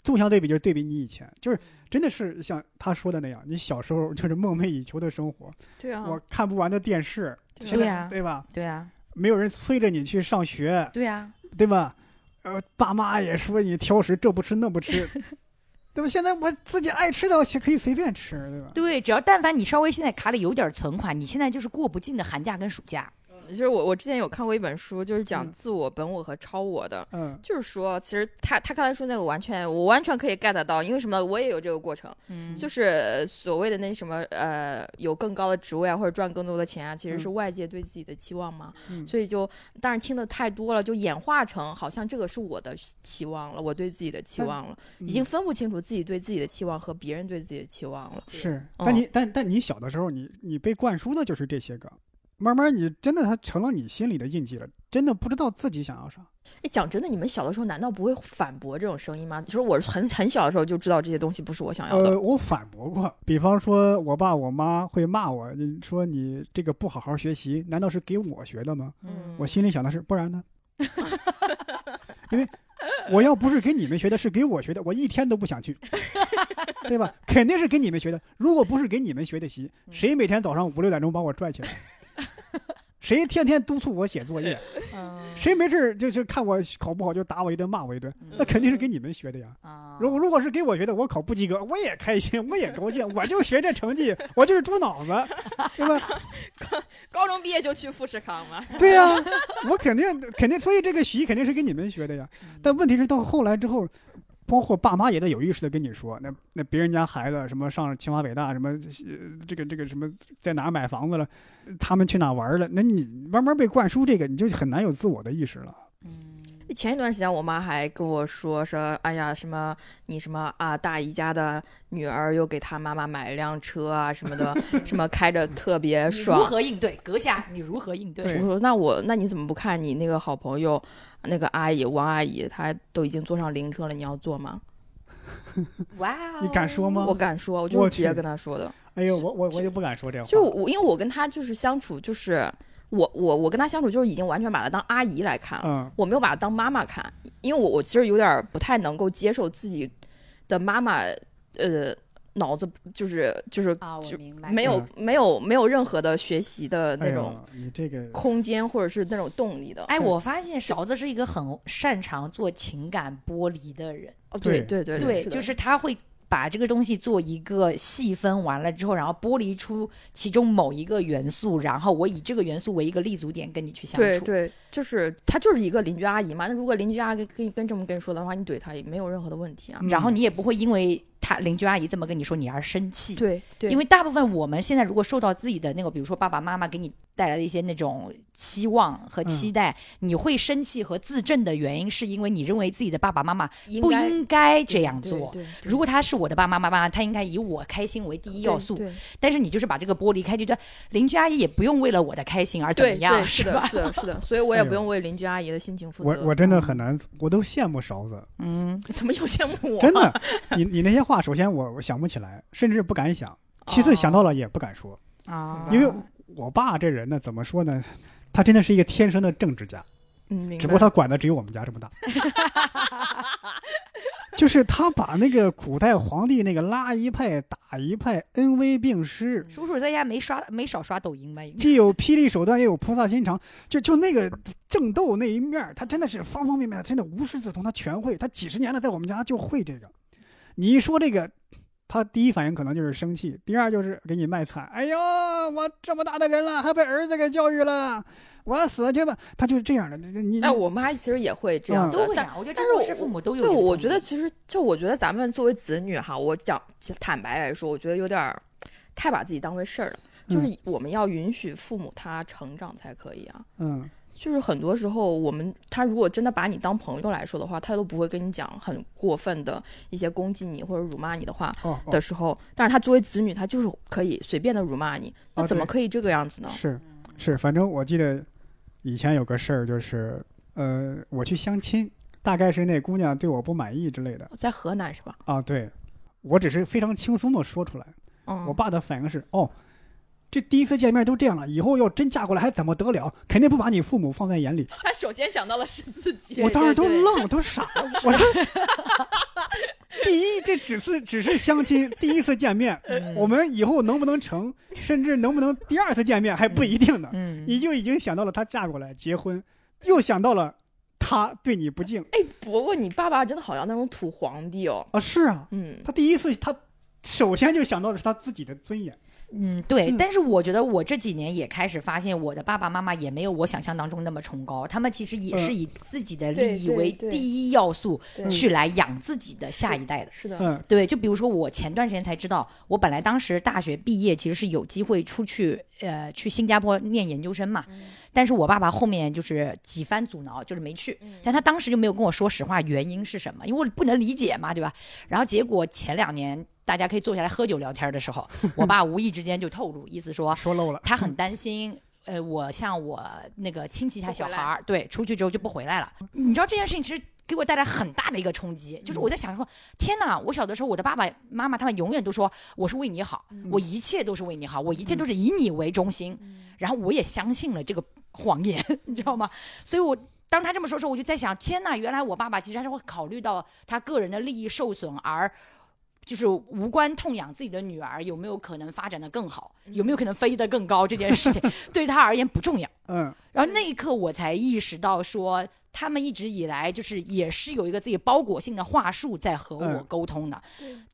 纵向对比就是对比你以前，就是真的是像他说的那样，你小时候就是梦寐以求的生活，对啊，我看不完的电视，对现在啊对吧？对啊，没有人催着你去上学，对啊，对吧？呃，爸妈也说你挑食，这不吃那不吃，对吧？现在我自己爱吃的，我可以随便吃，对吧？对，只要但凡你稍微现在卡里有点存款，你现在就是过不尽的寒假跟暑假。就是我我之前有看过一本书，就是讲嗯自我、本我和超我的。嗯就是说，其实他他刚才说那个完全，我完全可以 get 到，因为什么？我也有这个过程，嗯就是是所谓的那什么呃，有更高的职位啊，或者赚更多的钱啊，其实是外界对自己的期望嘛。嗯所以就，但是听的太多了，就演化成好像这个是我的期望了，我对自己的期望了，嗯已经分不清楚自己对自己的期望和别人对自己的期望了。是，嗯但你、但但你小的时候你，你被灌输的就是这些个，慢慢你真的它成了你心里的印记了，真的不知道自己想要啥。哎，讲真的，你们小的时候难道不会反驳这种声音吗？就是我是很很小的时候就知道这些东西不是我想要的。呃，我反驳过，比方说我爸我妈会骂我，你说你这个不好好学习，难道是给我学的吗？嗯我心里想的是，不然呢？ 因为我要不是给你们学的，是给我学的，我一天都不想去，对吧？肯定是给你们学的。如果不是给你们学的习，嗯谁每天早上五六点钟把我拽起来？ 谁天天督促我写作业？嗯谁没事儿就是看我考不好就打我一顿骂我一顿？嗯那肯定是给你们学的呀。啊，如果如果是给我学的，我考不及格，我也开 心，我也高兴，我就学这成绩，我就是猪脑子，对吧？高中毕业就去富士康吗？对呀、我肯定肯定，所以这个习肯定是跟你们学的呀。嗯但问题是到后来之后，包括爸妈也得有意识的跟你说，那那别人家孩子什么上清华北大，什么呃这个这个什么在哪儿买房子了，他们去哪儿玩了，那你慢慢被灌输这个，你就很难有自我的意识了。嗯前一段时间，我妈还跟我说说，哎呀，什么你什么啊，大姨家的女儿又给她妈妈买了辆车啊什么 的，什么开着特别你如爽。何应对？阁下，你如何应对？对我说那我那你怎么不看你那个好朋友，那个阿姨王阿姨，她都已经坐上灵车了，你要坐吗？哇哦，你敢说吗我敢说，我就我是直接去跟她说的。哎呦，我我我就不敢说这话，就是我，因为我跟她就是相处，就是我我我跟她相处，就是已经完全把她当阿姨来看了。嗯我没有把她当妈妈看，因为我我其实有点儿不太能够接受自己的妈妈，呃，脑子就是就是啊，我就明白，没有、嗯没有没有任何的学习的哎那种呦，你这个空间或者是那种动力的。哎，对我发现勺子是一个很擅长做情感剥离的人，哦，对对对对对，就是他会把这个东西做一个细分完了之后，然后剥离出其中某一个元素，然后我以这个元素为一个立足点跟你去相处。对对，就是她就是一个邻居阿姨嘛。那如果邻居阿姨跟跟这么跟你说的话，你怼她也没有任何的问题啊。然嗯后你也不会因为她邻居阿姨这么跟你说你而生气。对对，因为大部分我们现在如果受到自己的那个，比如说爸爸妈妈给你带来的一些那种期望嗯和期待，你会生气和自证的原因，是因为你认为自己的爸爸妈妈应不该应该这样做。对对如果他是我的爸爸妈妈，他应该以我开心为第一要素。对对但是你就是把这个剥离开，就觉得邻居阿姨也不用为了我的开心而怎么对样，对是的，吧？是的，是的，所以我也哎呦不用为邻居阿姨的心情负我责。我真的很难，我都羡慕勺子，嗯， 怎么又羡慕我？真 的。你你那些话，首先我我想不起来，甚至不敢想；其次想到了也不敢说，啊，因为我爸这人呢，怎么说呢？他真的是一个天生的政治家，嗯，明只不过白他管的只有我们家这么大。 就是他把那个古代皇帝那个拉一派打一派，恩威并施，叔叔在家没刷没少刷抖音吧？应该既有霹雳手段，也有菩萨心肠。就就那个正斗那一面儿，他真的是方方面面，真的无师自通，他全会。他几十年了，在我们家就会这个。你一说这个，他第一反应可能就是生气，第二就是给你卖惨。哎呦，我这么大的人了，还被儿子给教育了，我死去吧！他就是这样的。你你哎，我妈其实也会这样嗯子，都会这但样，我觉得但这是都是我父母都有对，这个我动觉得作其实就我觉得咱们作为子女哈，我讲其实坦白来说，我觉得有点儿太把自己当回事儿了。嗯就是我们要允许父母他成长才可以啊。嗯，就是很多时候，我们他如果真的把你当朋友来说的话，他都不会跟你讲很过分的一些攻击你或者辱骂你的话哦，哦的时候。但是他作为子女，他就是可以随便的辱骂你，那啊怎么对可以这个样子呢？是是，反正我记得以前有个事儿，就是呃，我去相亲，大概是那姑娘对我不满意之类的在河南是吧？啊。对，我只是非常轻松的说出来。嗯，我爸的反应是：哦，这第一次见面都这样了，以后要真嫁过来还怎么得了？肯定不把你父母放在眼里。他首先想到的是自己。 我当时都对对愣了，都傻了。我说，第一，这只是只是相亲，第一次见面，嗯我们以后能不能成，甚至能不能第二次见面还不一定呢。嗯，你就已经想到了她嫁过来结婚，又想到了她对你不敬哎，伯伯，你爸爸真的好像那种土皇帝哦。啊！是啊，嗯，她第一次她首先就想到的是她自己的尊严。嗯，对，嗯但是我觉得我这几年也开始发现，我的爸爸妈妈也没有我想象当中那么崇高，他们其实也嗯是以自己的对利益对为对第一要素对去来养自己的下一代的。是的，嗯对，就比如说我前段时间才知道，我本来当时大学毕业其实是有机会出去，呃，去新加坡念研究生嘛，但是我爸爸后面就是几番阻挠，就是没去。但他当时就没有跟我说实话，原因是什么？因为我不能理解嘛，对吧？然后结果前两年大家可以坐下来喝酒聊天的时候，我爸无意之间就透露，意思说说漏了。他很担心。呃，我像我那个亲戚家不小回来孩儿，对，出去之后就不回来了。你知道这件事情其实给我带来很大的一个冲击，就是我在想说，天哪！我小的时候，我的爸爸妈妈他们永远都说我是为你好，嗯我一切都是为你好，我一切都是以你为中心。然后我也相信了这个谎言，你知道吗？ 所以我。当他这么说的时候，我就在想，天哪！原来我爸爸其实还是会考虑到他个人的利益受损而就是无关痛痒自己的女儿有没有可能发展的更好，有没有可能飞得更高这件事情， 对他而言不重要。嗯，然后那一刻我才意识到说。他们一直以来就是也是有一个自己包裹性的话术在和我嗯沟通的，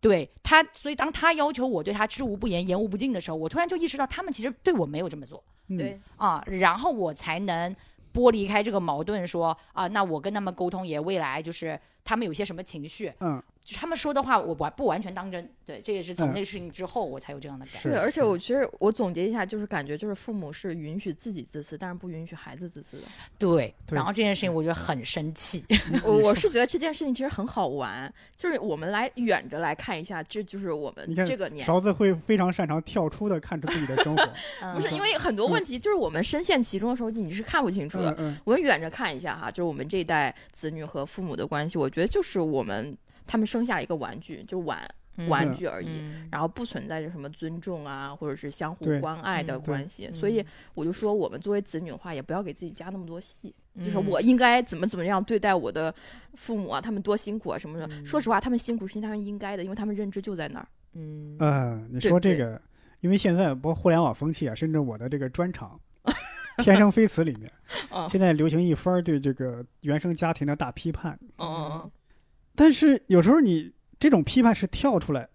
对他，所以当他要求我对他知无不言言无不尽的时候，我突然就意识到他们其实对我没有这么做嗯对，啊，然后我才能剥离开这个矛盾说，啊，那我跟他们沟通也未来就是他们有些什么情绪，嗯，就他们说的话我不不完全当真，对，这也是从嗯那个事情之后我才有这样的感是觉，对，而且我其实我总结一下，就是感觉就是父母是允许自己自私，但是不允许孩子 自私的。对，对嗯然后这件事情我觉得很生气， 我我是觉得这件事情其实很好玩，就是我们来远着来看一下，这就是我们你看这个年。勺子会非常擅长跳出的看出自己的生活。不嗯不是因为很嗯多问题，就是我们深陷其中的时候， 你是看不清楚嗯的。嗯，我们远着看一下哈，就是我们这一代子女和父母的关系，我觉得就是我们他们生下一个玩具，就玩玩具而已。嗯然后不存在着什么尊重啊，或者是相互对关爱的嗯关系，对所嗯以我就说，我们作为子女的话，也不要给自己加那么多戏，就是嗯我应该怎么怎么样对待我的父母啊，他们多辛苦啊什么的。嗯说实话，他们辛苦是他们应该的，因为他们认知就在那儿。嗯嗯，你说对这个，因为现在包括互联网风气啊，甚至我的这个专场。天生飞词里 面嗯，现在流行一番儿对这个原生家庭的大批判，嗯，但是有时候你这种批判是跳出来，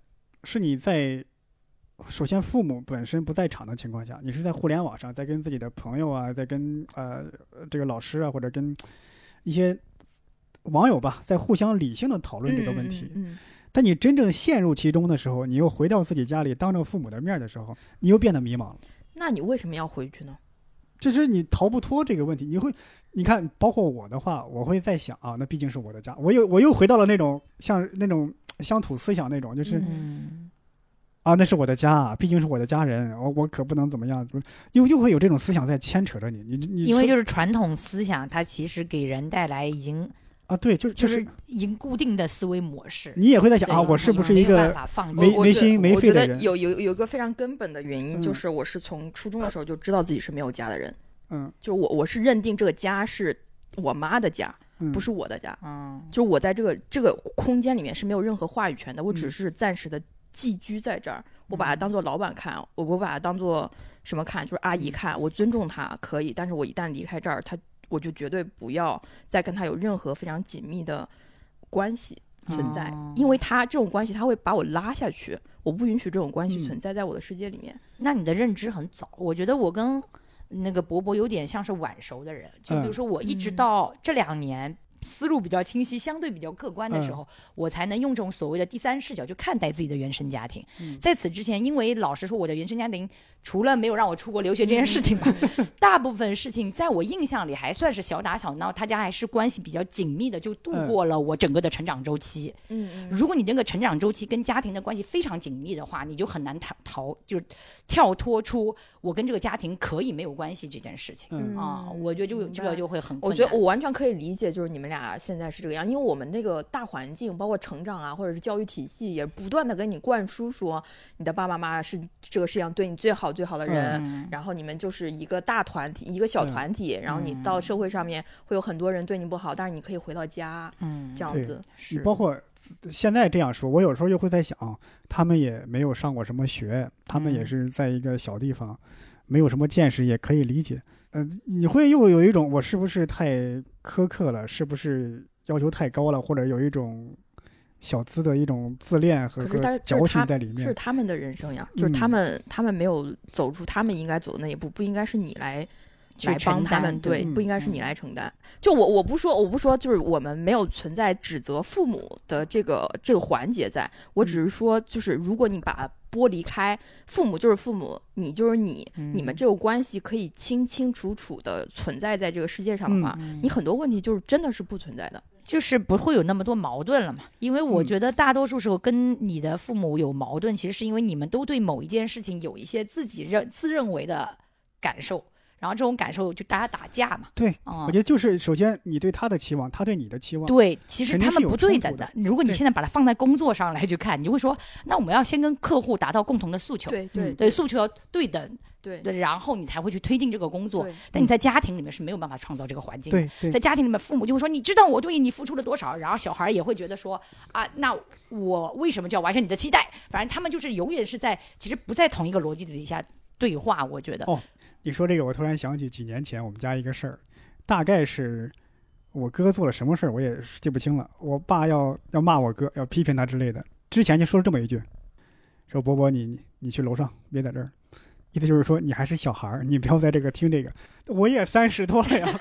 是你在首先父母本身不在场的情况下，你是在互联网上，在跟自己的朋友啊，在跟呃这个老师啊，或者跟一些网友吧，在互相理性的讨论这个问题。嗯，但你真正陷入其中的时候，你又回到自己家里，当着父母的面儿的时候，你又变得迷茫了。那你为什么要回去呢？就是你逃不脱这个问题，你会，你看，包括我的话，我会在想啊，那毕竟是我的家，我又我又回到了那种像那种乡土思想那种，就是、嗯，啊，那是我的家，毕竟是我的家人，我我可不能怎么样，又又会有这种思想在牵扯着你，你你因为说就是传统思想，它其实给人带来已经啊，对，就是就就是已经固定的思维模式。你也会在想对啊，我是不是一没有办个法放没弃？我我没觉心没我肺觉的得人有有有一个非常根本的原因，嗯就是我是从初中的时候就知道自己是没有家的人，嗯就我我是认定这个家是我妈的家，嗯不是我的家，嗯，就是我在这个这个空间里面是没有任何话语权的，我只嗯是暂时的寄居在这儿。我把它嗯当做老板看，我不把它当做什么看，就是阿姨看。我尊重她可以，但是我一旦离开这儿，她我就绝对不要再跟她有任何非常紧密的关系存在，哦因为她这种关系，她会把我拉下去。我不允许这种关系嗯存在在我的世界里面。那你的认知很早，我觉得我跟那个伯伯有点像是晚熟的人，就比如嗯说我一直嗯到这两年。思路比较清晰，相对比较客观的时嗯候，我才能用这种所谓的第三视角去看待自己的原生家庭。嗯在此之前，因为老实说，我的原生家庭除了没有让我出国留学这件事情吧， 大部分事情在我印象里还算是小打小闹，他家还是关系比较紧密的，就度嗯过了我整个的成长周期。嗯如果你这个成长周期跟家庭的关系非常紧密的话，你就很难逃逃，就是跳脱出我跟这个家庭可以没有关系这件事情、嗯啊。我觉得就明这个白就会很困我难。觉得我完全可以理解，就是你们俩现在是这个样，因为我们那个大环境，包括成长啊，或者是教育体系，也不断的跟你灌输说，你的爸爸妈妈是这个世界上对你最好最好的人，嗯然后你们就是一个大团体，一个小嗯团体，然后你到社会上面会有很多人对你不好，但是你可以回到家，嗯，这样对子。你是包括现在这样说，我有时候又会在想，他们也没有上过什么学，他们也嗯是在一个小地方，没有什么见识，也可以理解。嗯、你会又有一种我是不是太苛刻了，是不是要求太高了，或者有一种小资的一种自恋和可和是但是矫这是情他在里这是面。他们的人生呀，就是嗯他们、他们没有走出他们应该走的那一步，不应该是你来去来帮他承们担，对，对不应该是你嗯来承担。就我我不说我不说，就是我们没有存在指责父母的这个这个环节在，嗯我只是说，就是如果你把剥离开，父母就是父母，你就是你，你们嗯这个关系可以清清楚楚的存在在这个世界嗯上的话，你很多问题就是真的是不存在的。就是不会有那么多矛盾了嘛。因为我嗯觉得大多数时候跟你的父母有矛盾，其实是因为你们都对某一件事情有一些自己认自认为的感受，然后这种感受就大家打架嘛。对啊、我觉得就是首先你对他的期望，他对你的期望。对，其实肯他定们是有不对冲等突的的。如果你对现在把它放在工作上来去看，你就会说，那我们要先跟客户达到共同的诉求，对对对嗯对诉求要对等，对对，然后你才会去推进这个工作。对但你在家庭里面是没有办法创造这个环境的。对对在家庭里面，父母就会说：“你知道我对你付出了多少？”然后小孩也会觉得说：“啊，那我为什么就要完成你的期待？”反正他们就是永远是在其实不在同一个逻辑底下对话。我觉得，哦你说这个，我突然想起几年前我们家一个事儿，大概是我哥做了什么事儿，我也记不清了。我爸要要骂我哥，要批评他之类的，之前就说了这么一句，说伯伯你你你去楼上，别在这儿。意思就是说你还是小孩儿，你不要在这个听这个。我也三十多了呀，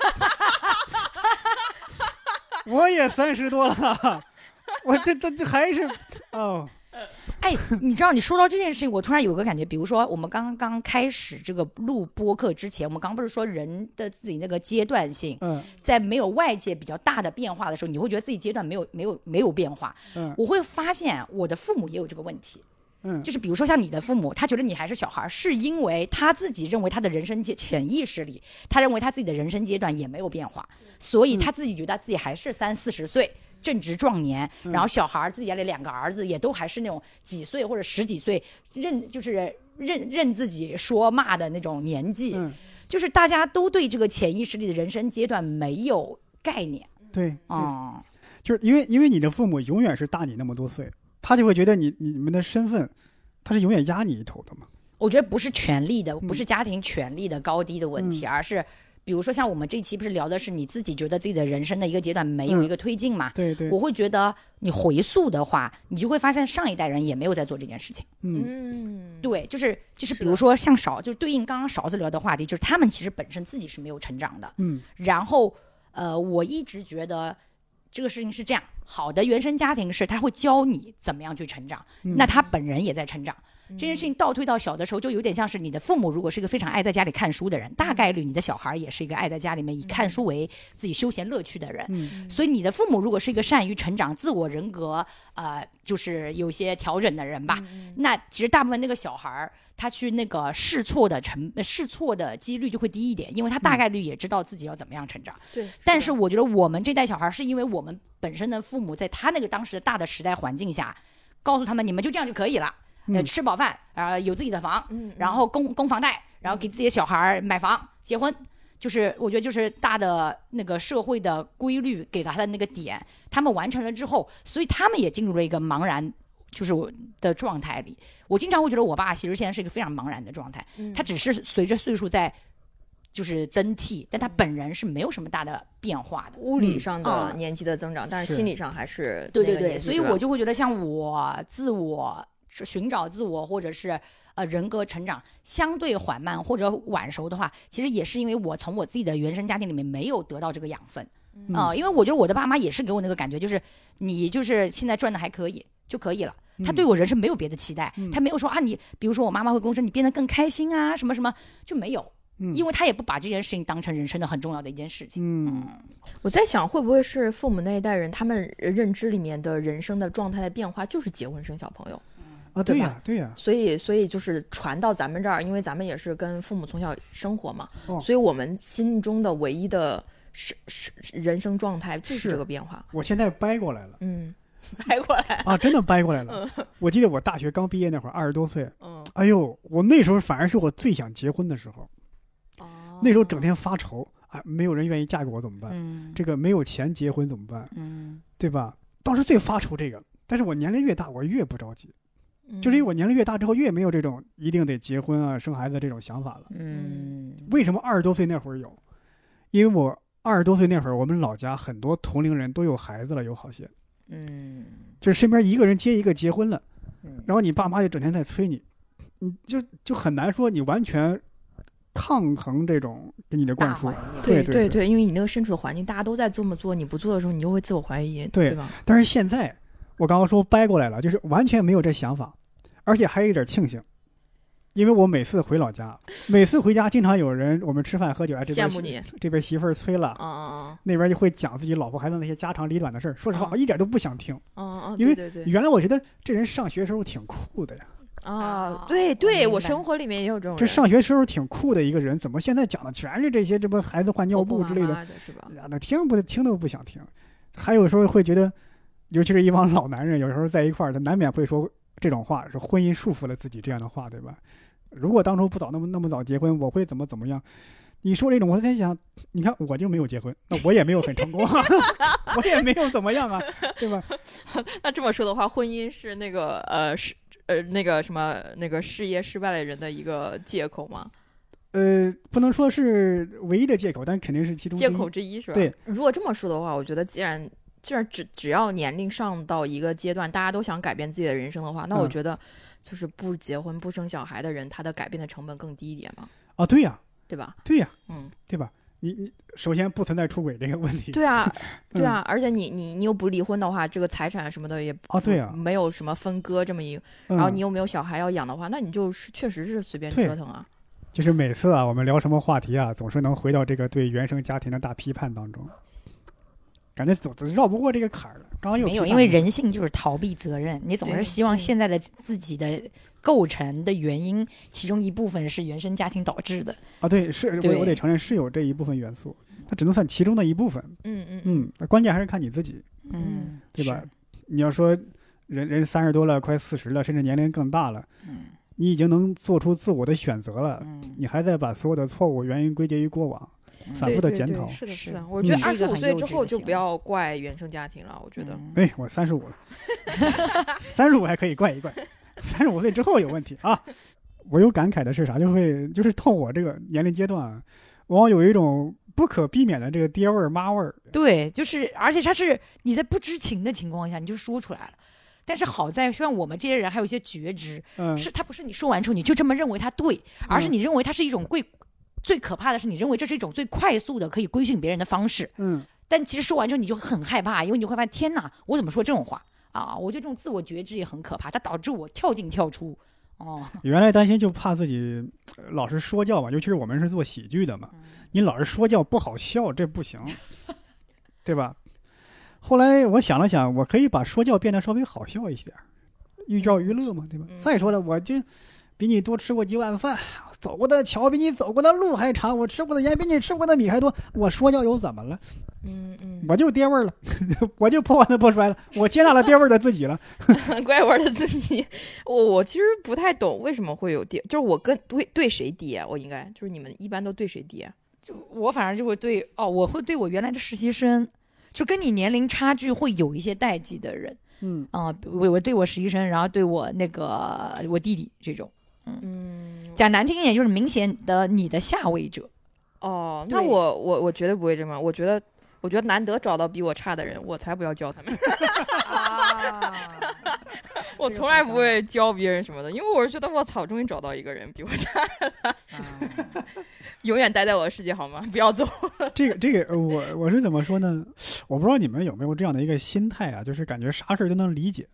我也三十多了， 我这这这还是哦，哎， 你知道，你说到这件事情，我突然有个感觉，比如说我们刚刚开始这个录播客之前，我们刚不是说人的自己那个阶段性，嗯在没有外界比较大的变化的时候，你会觉得自己阶段没有没有没有变化。嗯我会发现我的父母也有这个问题，嗯就是比如说像你的父母，他觉得你还是小孩儿，是因为他自己认为他的人生阶潜意识里，他认为他自己的人生阶段也没有变化，所嗯以他自己觉得自己还是三四十岁。正值壮年，嗯然后小孩儿自己家里两个儿子也都还是那种几岁或者十几岁认就是认认自己说骂的那种年纪，嗯，就是大家都对这个潜意识里的人生阶段没有概念对对啊、就是因为因为你的父母永远是大你那么多岁，他就会觉得你你们的身份，他是永远压你一头的嘛。我觉得不是权力的，嗯不是家庭权力的高低的问题，而是比如说像我们这一期不是聊的是你自己觉得自己的人生的一个阶段没有嗯一个推进嘛？对对我，会觉得你回溯的话，你就会发现上一代人也没有在做这件事情。嗯嗯，对，就是就是，是比如的说像少，就对应刚刚勺子聊的话题，就是他们其实本身自己是没有成长的。嗯然后呃，我一直觉得这个事情是这样，好的原生家庭是他会教你怎么样去成长，嗯那他本人也在成长。这这件事情倒推到小的时候，就有点像是你的父母如果是一个非常爱在家里看书的人，嗯大概率你的小孩也是一个爱在家里面以看书为自己休闲乐趣的人。嗯所以你的父母如果是一个善于成长、自我人格呃，就是有些调整的人吧，嗯那其实大部分那个小孩儿他去那个试错的成呃试错的几率就会低一点，因为他大概率也知道自己要怎么样成长。对，但是我觉得我们这代小孩儿是因为我们本身的父母在他那个当时的大的时代环境下，告诉他们你们就这样就可以了，呃，嗯吃饱饭，呃，有自己的房，嗯，然后供供房贷，然后给自己的小孩儿买房、结婚，就是我觉得就是大的那个社会的规律给了他的那个点，他们完成了之后，所以他们也进入了一个茫然。就是我的状态里，我经常会觉得我爸其实现在是一个非常茫然的状态，嗯他只是随着岁数在就是增替，但他本人是没有什么大的变化的。物理上啊的年纪的增长，但是嗯是心理上还是对那对个对，年纪所以对吧我就会觉得，像我自我寻找自我，或者是呃人格成长相对缓慢或者晚熟的话，其实也是因为我从我自己的原生家庭里面没有得到这个养分嗯啊、因为我觉得我的爸妈也是给我那个感觉，就是你就是现在赚的还可以就可以了。他对我人生没有别的期待，嗯他没有说啊，你比如说我妈妈会跟我说你变得更开心啊，什么什么就没有，嗯因为他也不把这件事情当成人生的很重要的一件事情。嗯我在想，会不会是父母那一代人，他们认知里面的人生的状态的变化，就是结婚生小朋友，啊，对呀对呀，所以所以就是传到咱们这儿，因为咱们也是跟父母从小生活嘛，哦所以我们心中的唯一的是是是人生状态就是是这个变化。我现在掰过来了 嗯拍过来，啊，真的掰过来了。嗯我记得我大学刚毕业那会儿，二十多岁， 嗯，哎呦，我那时候反而是我最想结婚的时候，哦哦那时候整天发愁，哎，没有人愿意嫁给我怎么办？嗯这个没有钱结婚怎么办？嗯对吧？当时最发愁这个，但是我年龄越大，我越不着急，嗯就是因为我年龄越大之后，越没有这种一定得结婚啊、生孩子这种想法了。嗯为什么二十多岁那会儿有？因为我二十多岁那会儿，我们老家很多同龄人都有孩子了，有好些，嗯就是身边一个人接一个结婚了，嗯然后你爸妈就整天在催你，你就就很难说你完全抗衡这种给你的灌大输啊环。境。对对对对对，因为你那个身处的环境，大家都在这么做，你不做的时候，你就会自我怀疑，对对吧？但是现在我刚刚说掰过来了，就是完全没有这想法，而且还有一点庆幸，因为我每次回老家，每次回家经常有人我们吃饭喝酒，哎，这边羡慕你，这边媳妇儿催了啊。啊那边就会讲自己老婆孩子那些家长里短的事儿，说实话，嗯我一点都不想听。啊啊！因为对对对原来我觉得这人上学时候挺酷的呀，啊啊，对对，明我白生活里面也有这种这人上学时候挺酷的一个人，怎么现在讲的全是这些这不孩子换尿婆婆布啊妈之类的？妈的，是吧哎？呀，那听不听都不想听。还有时候会觉得，尤其是一帮老男人，有时候在一块儿，他难免会说这种话，说婚姻束缚了自己这样的话，对吧？如果当初不早那么那么早结婚，我会怎么怎么样？你说这种，我在想，你看我就没有结婚，那我也没有很成功 啊，我也没有怎么样啊，对吧？ 那这么说的话，婚姻是那个呃是呃那个什么那个事业失败的人的一个借口吗？呃，不能说是唯一的借口，但肯定是其中之一借口。之一是吧？对。如果这么说的话，我觉得既然既然只只要年龄上到一个阶段，大家都想改变自己的人生的话，那我嗯觉得就是不结婚不生小孩的人，他的改变的成本更低一点嘛，啊，对呀、对吧？对呀、嗯，对吧？你你首先不存在出轨这个问题，对啊，嗯对啊，而且你你你又不离婚的话，这个财产什么的也啊对啊嗯没有什么分割这么一个，嗯、然后你又没有小孩要养的话，那你就是确实是随便对折腾啊。就是每次啊，我们聊什么话题啊，总是能回到这个对原生家庭的大批判当中，感觉总总绕不过这个坎儿了。刚刚又没有，批判因为了人性就是逃避责任，你总是对希望对现在的自己的构成的原因，其中一部分是原生家庭导致的。啊，对，是对我我得承认是有这一部分元素，它只能算其中的一部分。嗯嗯嗯，嗯，关键还是看你自己，嗯，对吧？你要说人人三十多了，快四十了，甚至年龄更大了，嗯你已经能做出自我的选择了，嗯，你还在把所有的错误原因归结于过往，嗯反复的检讨。是的，是是的。我嗯觉是得一个二十五很岁幼之稚后的就行不为要怪原生家庭了，我觉得。嗯哎，我三十五了， 三十五还可以怪一怪，三十五岁之后有问题啊。我有感慨的是啥？就会就是到我这个年龄阶段啊，往往有一种不可避免的这个爹味儿、妈味儿。对，就是，而且他是你在不知情的情况下你就说出来了，但是好在像我们这些人还有一些觉知，嗯，是他不是你说完之后你就这么认为他对，而是嗯你认为它是一种贵。最可怕的是，你认为这是一种最快速的可以规训别人的方式，嗯，但其实说完之后你就很害怕，因为你会发现，天哪，我怎么说这种话啊？我觉得这种自我觉知也很可怕，它导致我跳进跳出。哦，原来担心就怕自己呃老是说教嘛，尤其是我们是做喜剧的嘛，你老是说教不好笑，这不行，对吧？后来我想了想，我可以把说教变得稍微好笑一些，寓教于乐嘛，对吧？嗯再说了，我就比你多吃过几碗饭，走过的桥比你走过的路还长，我吃过的盐比你吃过的米还多，我说教又怎么了？嗯 嗯，我就爹味儿了，我就破罐子破摔了，我接纳了爹味儿的自己了。 怪玩的自己，我我其实不太懂为什么会有爹，就是我跟对对谁爹，啊我应该就是你们一般都对谁爹？啊就我反正就会对哦，我会对我原来的实习生，就跟你年龄差距会有一些代际的人嗯，啊、我我对我实习生，然后对我那个我弟弟这种，嗯，讲难听一点就是明显的你的下位者。哦，那对我我我绝对不会这么，我觉得我觉得难得找到比我差的人，我才不要教他们， 啊，我从来不会教别人什么的，因为我是觉得我操，终于找到一个人比我差，永远待在我的世界好吗？不 要走。这个这个，呃我我是怎么说呢？我不知道你们有没有这样的一个心态啊，就是感觉啥事儿都能理解，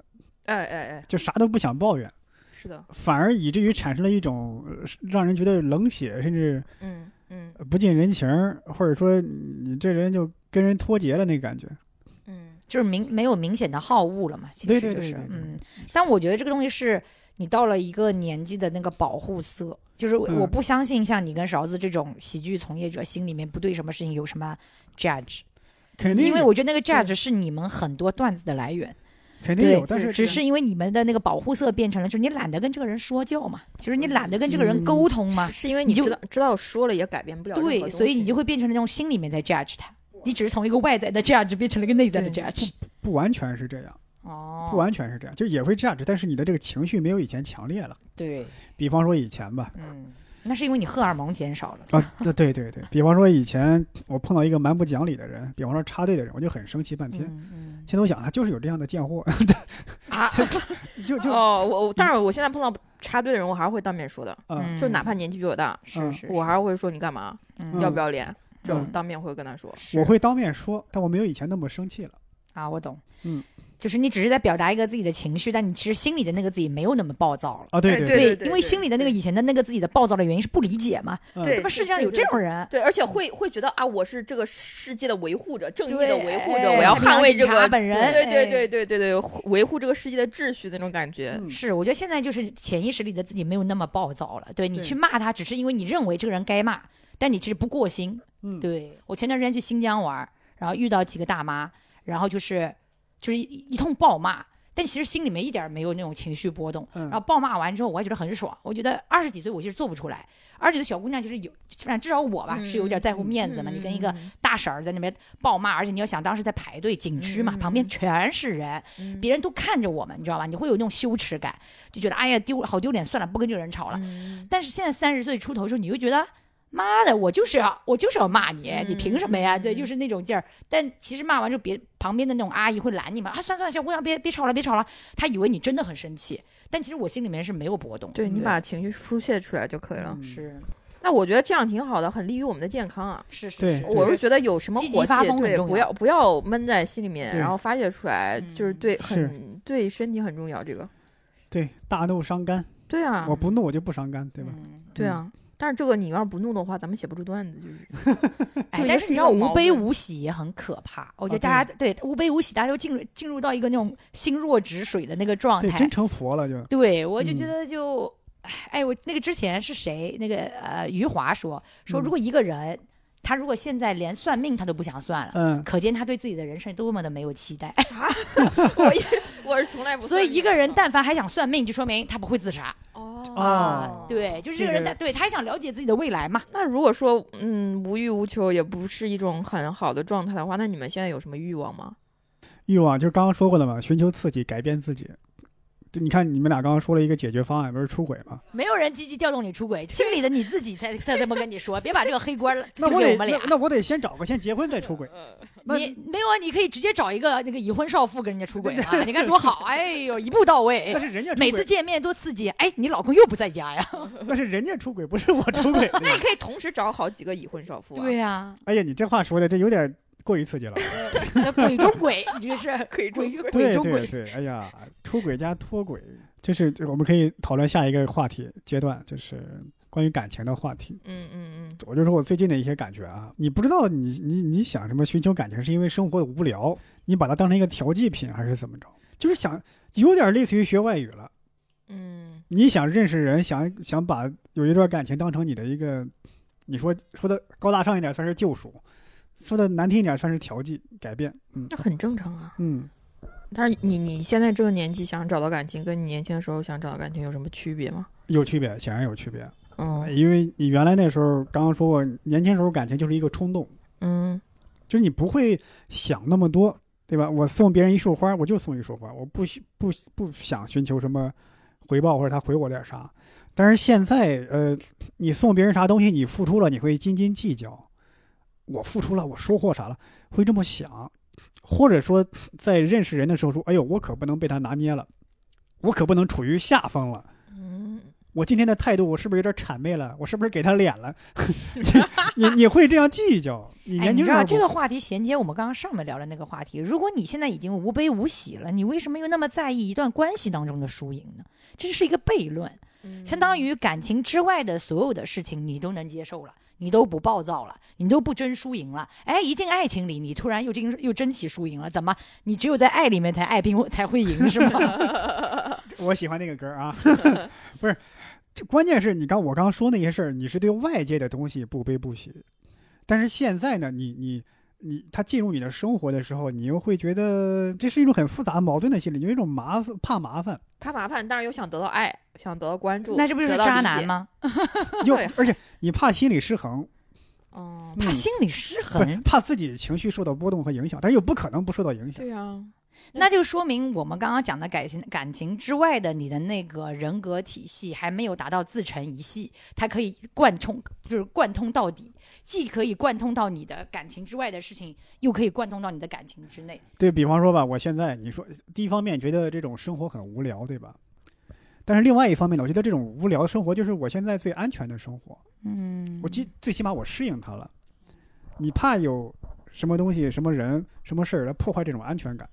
哎哎哎，就啥都不想抱怨，是的，反而以至于产生了一种呃让人觉得冷血，甚至嗯嗯呃不近人情儿，或者说你这人就跟人脱节了那感觉。嗯，就是明没有明显的好恶了嘛，其对实对就对是对对嗯，但我觉得这个东西是你到了一个年纪的那个保护色，就是我嗯我不相信像你跟勺子这种喜剧从业者心里面不对什么事情有什么 judge，肯定因为有我觉得那个 judge 是你们很多段子的来源，肯定对有，，但是只是因为你们的那个保护色变成了，就是你懒得跟这个人说教嘛，就是你懒得跟这个嗯人沟通嘛是，是因为你啊你就知道知道说了也改变不了任何对，东所以你西就会变成那种心里面在 judge 他，你只是从一个外在的 judge 变成了一个内在的对 judge，不完全是这样，哦，不完全是这样，就是也会价值，但是你的这个情绪没有以前强烈了。对。比方说以前吧，嗯，那是因为你荷尔蒙减少了。啊，对对对对，比方说以前我碰到一个蛮不讲理的人，比方说插队的人，我就很生气半天。嗯现在我想，他就是有这样的贱货，啊。 就就啊、哦，我我但是我现在碰到插队的人，我还是会当面说的，嗯，就哪怕年纪比我大，嗯是是，我还是会说你干嘛，嗯要不要脸，这种嗯当面会跟他说。我会当面说，但我没有以前那么生气了。啊，我懂。嗯，就是你只是在表达一个自己的情绪，但你其实心里的那个自己没有那么暴躁了。啊，对哎对对因为心里的那个以前的那个自己的暴躁的原因是不理解嘛，嗯对怎么世界上有这种人？对，而且会会觉得啊，我是这个世界的维护者，正义对的维护者，哎我要太平洋捍卫这警察个，本人对对哎对对对对，维护这个世界的秩序那种感觉。嗯是，我觉得现在就是潜意识里的自己没有那么暴躁了。对你对去骂他，只是因为你认为这个人该骂，但你其实不过心，嗯，对我前段时间去新疆玩儿，然后遇到几个大妈，然后就是就是一一通暴骂，但其实心里面一点儿没有那种情绪波动。嗯然后暴骂完之后，我还觉得很爽。我觉得二十几岁我其实做不出来，二十几岁小姑娘其实有，反正至少我吧、是嗯有点在乎面子的嘛。你跟一个嗯大婶儿在那边暴骂，而且你要想当时在排队景区嘛，嗯嗯旁边全是人，嗯别人都看着我们，你知道吧？你会有那种羞耻感，就觉得哎呀丢好丢脸，算了，不跟这个人吵了。嗯但是现在三十岁出头的时候，你就觉得妈的，我就是要我就是要骂你，你凭什么呀？嗯对，就是那种劲儿。但其实骂完之后，别旁边的那种阿姨会拦你们啊，算了算了，小姑娘别别吵了，别吵了。她以为你真的很生气，但其实我心里面是没有波动的。嗯对你把情绪疏泄出来就可以了。嗯是那我觉得这样挺好的，很利于我们的健康啊。是是对是，我是觉得有什么积极火发气，疯很对，重不要要不要闷在心里面，对然后发泄出来，就是嗯对是很对身体很重要。这个对，大怒伤肝，对啊，我不怒我就不伤肝，对吧？嗯对啊。但是这个你要是不怒的话，咱们写不出段子，就是哎就，但也是是你一知道种无矛悲盾无喜也很可怕，我觉啊得大家对无悲无喜，大家都进入进入到一个那种心若止水的那个状对，态，真成佛了就。对，我就嗯觉得就，哎哎，我那个之前是谁？那个呃，余华说说，嗯如果一个人、他如果现在连算命他都不想算了。嗯，可见他对自己的人生多么的没有期待， 我是从来不啊所以一个人但凡还想算命，就说明他不会自杀哦啊。对，就是这个人，这个他对他还想了解自己的未来嘛。那如果说嗯无欲无求也不是一种很好的状态的话，那你们现在有什么欲望吗？欲望就是刚刚说过的嘛，寻求刺激，改变自己，就你看你们俩刚刚说了一个解决方案，不是出轨吗？没有人积极调动你出轨，心里的你自己才才这么跟你说，别把这个黑锅儿那推我给得我们那俩。那我得先找个先结婚再出轨。嗯那你没有啊？你可以直接找一个那个已婚少妇跟人家出轨啊！你看多好，哎呦，一步到 位但。是人家出每次轨，见面多刺激！哎，你老公又不在家呀？那是人家出轨，不是我出轨。那你可以同时找好几个已婚少妇、啊。对 呀、 哎呀，你这话说的这有点过于刺激了。那鬼中鬼，你这是啊鬼 中鬼对中对鬼。对，哎呀，出轨加脱轨，就是我们可以讨论下一个话题阶段，就是关于感情的话题。嗯嗯嗯，我就说我最近的一些感觉啊，你不知道你你你想什么寻求感情是因为生活无聊，你把它当成一个调剂品还是怎么着？就是想有点类似于学外语了，嗯，你想认识人，想想把有一段感情当成你的一个，你说说的高大上一点算是救赎，说的难听一点算是调剂改变，嗯那很正常啊。嗯，但是你你现在这个年纪想找到感情，跟你年轻的时候想找到感情有什么区别吗？有区别，显然有区别，嗯啊因为你原来那时候刚刚说过，年轻时候感情就是一个冲动。嗯就是你不会想那么多，对吧？我送别人一束花，我就送一束花，我不需不不想寻求什么回报或者他回我点啥。但是现在，呃，你送别人啥东西，你付出了，你会斤斤计较。我付出了，我收获啥了？会这么想，或者说在认识人的时候说：“哎呦，我可不能被他拿捏了，我可不能处于下风了。嗯，我今天的态度，我是不是有点谄媚了？我是不是给他脸 了？”你你会这样计较？你哎，年你轻知时候道不这个话题衔接我们刚刚上面聊的那个话题，如果你现在已经无悲无喜了，你为什么又那么在意一段关系当中的输赢呢？这是一个悖论。相当嗯于感情之外的所有的事情你都能接受了，你都不暴躁了，你都不争输赢了。哎，一进爱情里，你突然又争又争起输赢了，怎么？你只有在爱里面才爱拼才会赢是 吗？我喜欢那个歌 啊， 不是，这关键是你刚我刚刚说那些事儿，你是对外界的东西不悲不喜，但是现在呢，你你你，他进入你的生活的时候，你又会觉得这是一种很复杂矛盾的心理，有一种麻烦，怕麻 烦，怕麻烦，但是又想得到爱，想得到关注，那这不就是得到理渣男解？吗？又对而且你怕心理失衡，哦，怕嗯心理失不是衡，怕自己情绪受到波动和影响，但是又不可能不受到影响。对啊，那就说明我们刚刚讲的感情感情之外的你的那个人格体系还没有达到自成一系，它可以贯通，就是贯通到底，既可以贯通到你的感情之外的事情，又可以贯通到你的感情之内。对比方说吧，我现在你说第一方面觉得这种生活很无聊，对吧？但是另外一方面呢，我觉得这种无聊的生活就是我现在最安全的生活。嗯我最最起码我适应它了。你怕有什么东西、什么人、什么事儿来破坏这种安全感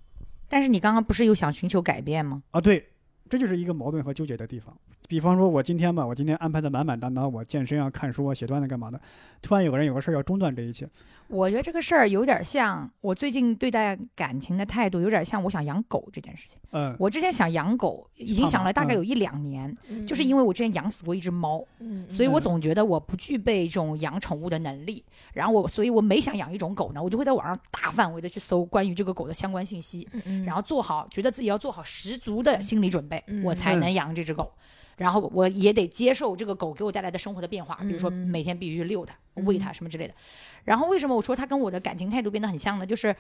但是你刚刚不是又想寻求改变吗？啊？对，这就是一个矛盾和纠结的地方。比方说，我今天吧，我今天安排的满满当当，我健身啊、看书啊、写段子干嘛的，突然有个人有个事儿要中断这一切，我觉得这个事儿有点像我最近对待感情的态度，有点像我想养狗这件事情。嗯，我之前想养狗，已经想了大概有一两年，就是因为我之前养死过一只猫，嗯，所以以我总觉得我不具备这种养宠物的能力。然后我，所以我每想养一种狗呢，我就会在网上大范围的去搜关于这个狗的相关信息。嗯然后做好，觉得自己要做好十足的心理准备，嗯我才能养这只狗。然后我也得接受这个狗给我带来的生活的变化，比如说嗯每天必须遛它、喂它什么之类的。然后为什么我说它跟我的感情态度变得很像呢？就是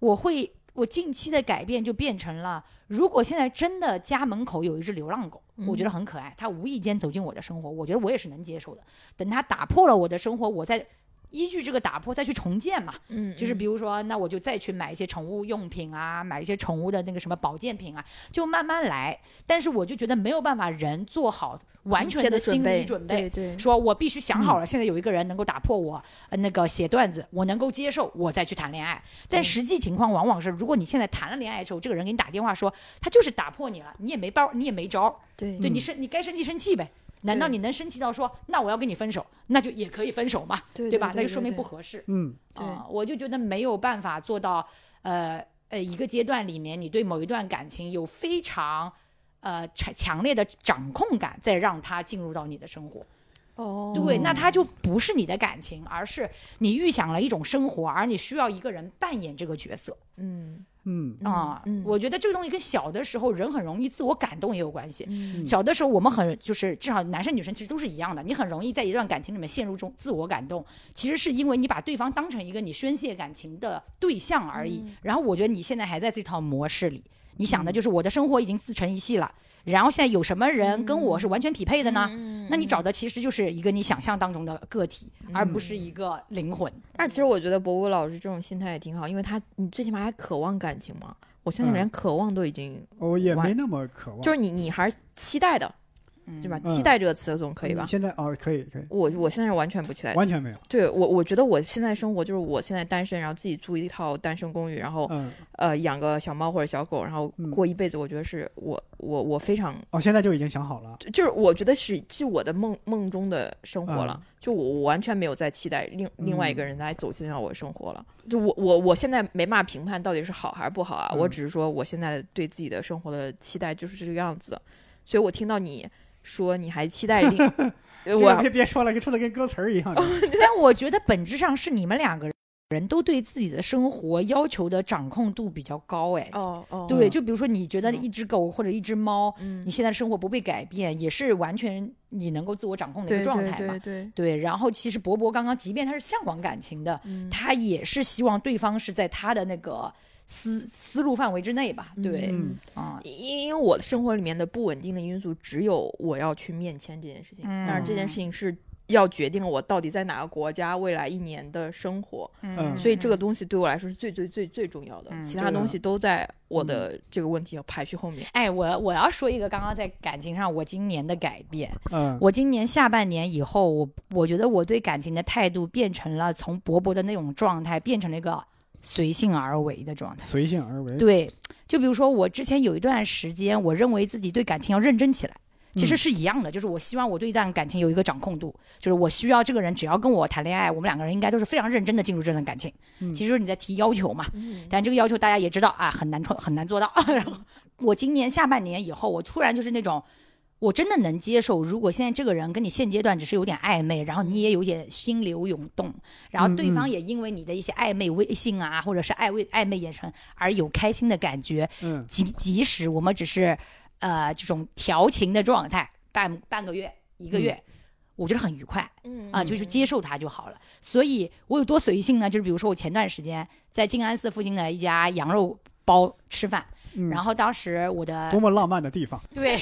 我会，我近期的改变就变成了，如果现在真的家门口有一只流浪狗，嗯我觉得很可爱，它无意间走进我的生活，我觉得我也是能接受的。等它打破了我的生活，我再依据这个打破再去重建嘛。嗯，就是比如说，那我就再去买一些宠物用品啊，买一些宠物的那个什么保健品啊，就慢慢来。但是我就觉得没有办法，人做好完全的心理准准备。对嗯对，说我必须想好了，现在有一个人能够打破我、呃、那个写段子，我能够接受，我再去谈恋爱。但实际情况往往是，如果你现在谈了恋爱之后，这个人给你打电话说他就是打破你了，你也没包，你也没招儿，对嗯对你生你该生气生气呗。难道你能生气到说那我要跟你分手，那就也可以分手嘛，对吧？那就说明不合。合适。嗯，对啊、我就觉得没有办法做到，呃呃，一个阶段里面，你对某一段感情有非常呃强强烈的掌控感，再让它进入到你的生活。哦，对，那它就不是你的感情，而是你预想了一种生活，而你需要一个人扮演这个角色嗯嗯，啊、嗯我觉得这个东西跟小的时候人很容易自我感动也有关系。嗯小的时候，我们很就是至少男生女生其实都是一样的，你很容易在一段感情里面陷入中自我感动，其实是因为你把对方嗯当成一个你宣泄感情的对象而已。然后我觉得你现在还在这套模式里，你想的就是我的生活已经自成一系了，然后现在有什么人跟我是完全匹配的呢？嗯那你找的其实就是一个你想象当中的个体，而不嗯是一个灵魂。但是其实我觉得博博老师这种心态也挺好，因为他你最起码还渴望感情嘛。我现在连渴望都已经，我也哇没那么渴望，就是你你还是期待的，对吧？嗯期待这个词总可以吧你？现在哦，可以可以，我我现在是完全不期待的，完全没有。对我我觉得我现在生活就是我现在单身，然后自己租一套单身公寓，然后嗯，呃养个小猫或者小狗，然后嗯过一辈子，我觉得是我我我非常哦，现在就已经想好了。就就是我觉得是是我的梦梦中的生活了，嗯就我我完全没有在期待另另外一个人来走进到我的生活了。就我我我现在没办法评判到底是好还是不好啊，嗯我只是说我现在对自己的生活的期待就是这个样子的。所以我听到你说你还期 待另，呃这个我别别说了，说的跟歌词儿一哦样。 但我觉得本质上是你们两个人都对自己的生活要求的掌控度比较高，哎，哦哦对，嗯就比如说你觉得一只狗或者一只猫，嗯你现在生活不被改变，也是完全你能够自我掌控的一对个状态对嘛对。对对，然后其实博博刚刚，即便他是向往感情的，嗯他也是希望对方是在他的那个思思路范围之内吧？对， 嗯啊、因因为我的生活里面的不稳定的因素只有我要去面签这件事情，嗯但是这件事情是要决定我到底在哪个国家未来一年的生活，嗯所以这个东西对我来说是最最最最重要的，嗯其他对东的西都在我的这个问题要排序后面。哎，我我要说一个刚刚在感情上我今年的改变，嗯，我今年下半年以后，我我觉得我对感情的态度变成了从薄薄的那种状态，变成了一个随性而为的状态。随性而为。对，就比如说我之前有一段时间，我认为自己对感情要认真起来。其实嗯是一样的，就是我希望我对一段感情有一个掌控度，就是我需要这个人只要跟我谈恋爱，我们两个人应该都是非常认真的进入这段感情。嗯其实就是你在提要求嘛，嗯但这个要求大家也知道啊，很难创很难做到。 然后我今年下半年以后，我突然就是那种，我真的能接受，如果现在这个人跟你现阶段只是有点暧昧，然后你也有点心流涌动，然后对嗯方嗯也因为你的一些暧昧微信啊，或者是暧昧暧昧眼神而有开心的感觉，嗯即即使我们只是呃这种调情的状态，半半个月一嗯个月。我觉得很愉快嗯啊、就是接受它就好了。所以我有多随性呢？就是比如说，我前段时间在静安寺附近的一家羊肉包吃饭，嗯，哦然后当时我的多么浪漫的地 方。对，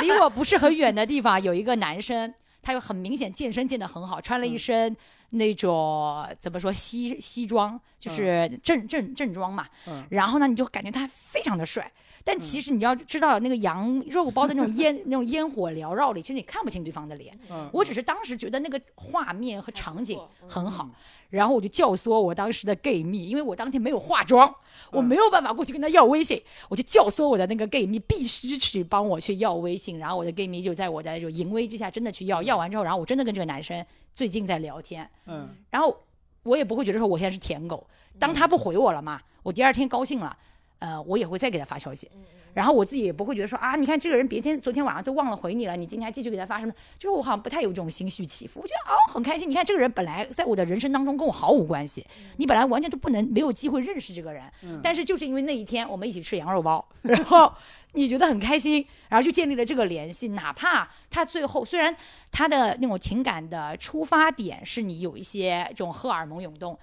离我不是很远的地方有一个男生，他有很明显健身健得很好，穿了一身那种、怎么说西西装，就是正正正装嘛。嗯然后呢，你就感觉他非常的帅，但其实你要知道那个羊肉包的那种烟那种烟火缭绕里，其实你看不清对方的脸。嗯，我只是当时觉得那个画面和场景还不错嗯很好，然后我就教唆我当时的 gay 蜜，因为我当天没有化妆，我没有办法过去跟他要微信，我就教唆我的那个 gay 蜜必须去帮我去要微信，然后我的 gay 蜜就在我的这种淫威之下真的去要，要完之后，然后我真的跟这个男生最近在聊天，嗯然后我也不会觉得说我现在是舔狗，当他不回我了嘛，我第二天高兴了，呃，我也会再给他发消息，然后我自己也不会觉得说啊，你看这个人别天昨天晚上都忘了回你了，你今天还继续给他发什么？就是我好像不太有这种心绪起伏，我觉得哦很开心。你看这个人本来在我的人生当中跟我毫无关系，你本来完全都不能没有机会认识这个人，嗯但是就是因为那一天我们一起吃羊肉包， 然后你觉得很开心，然后就建立了这个联系。哪怕他最后虽然他的那种情感的出发点是你有一些这种荷尔蒙涌动，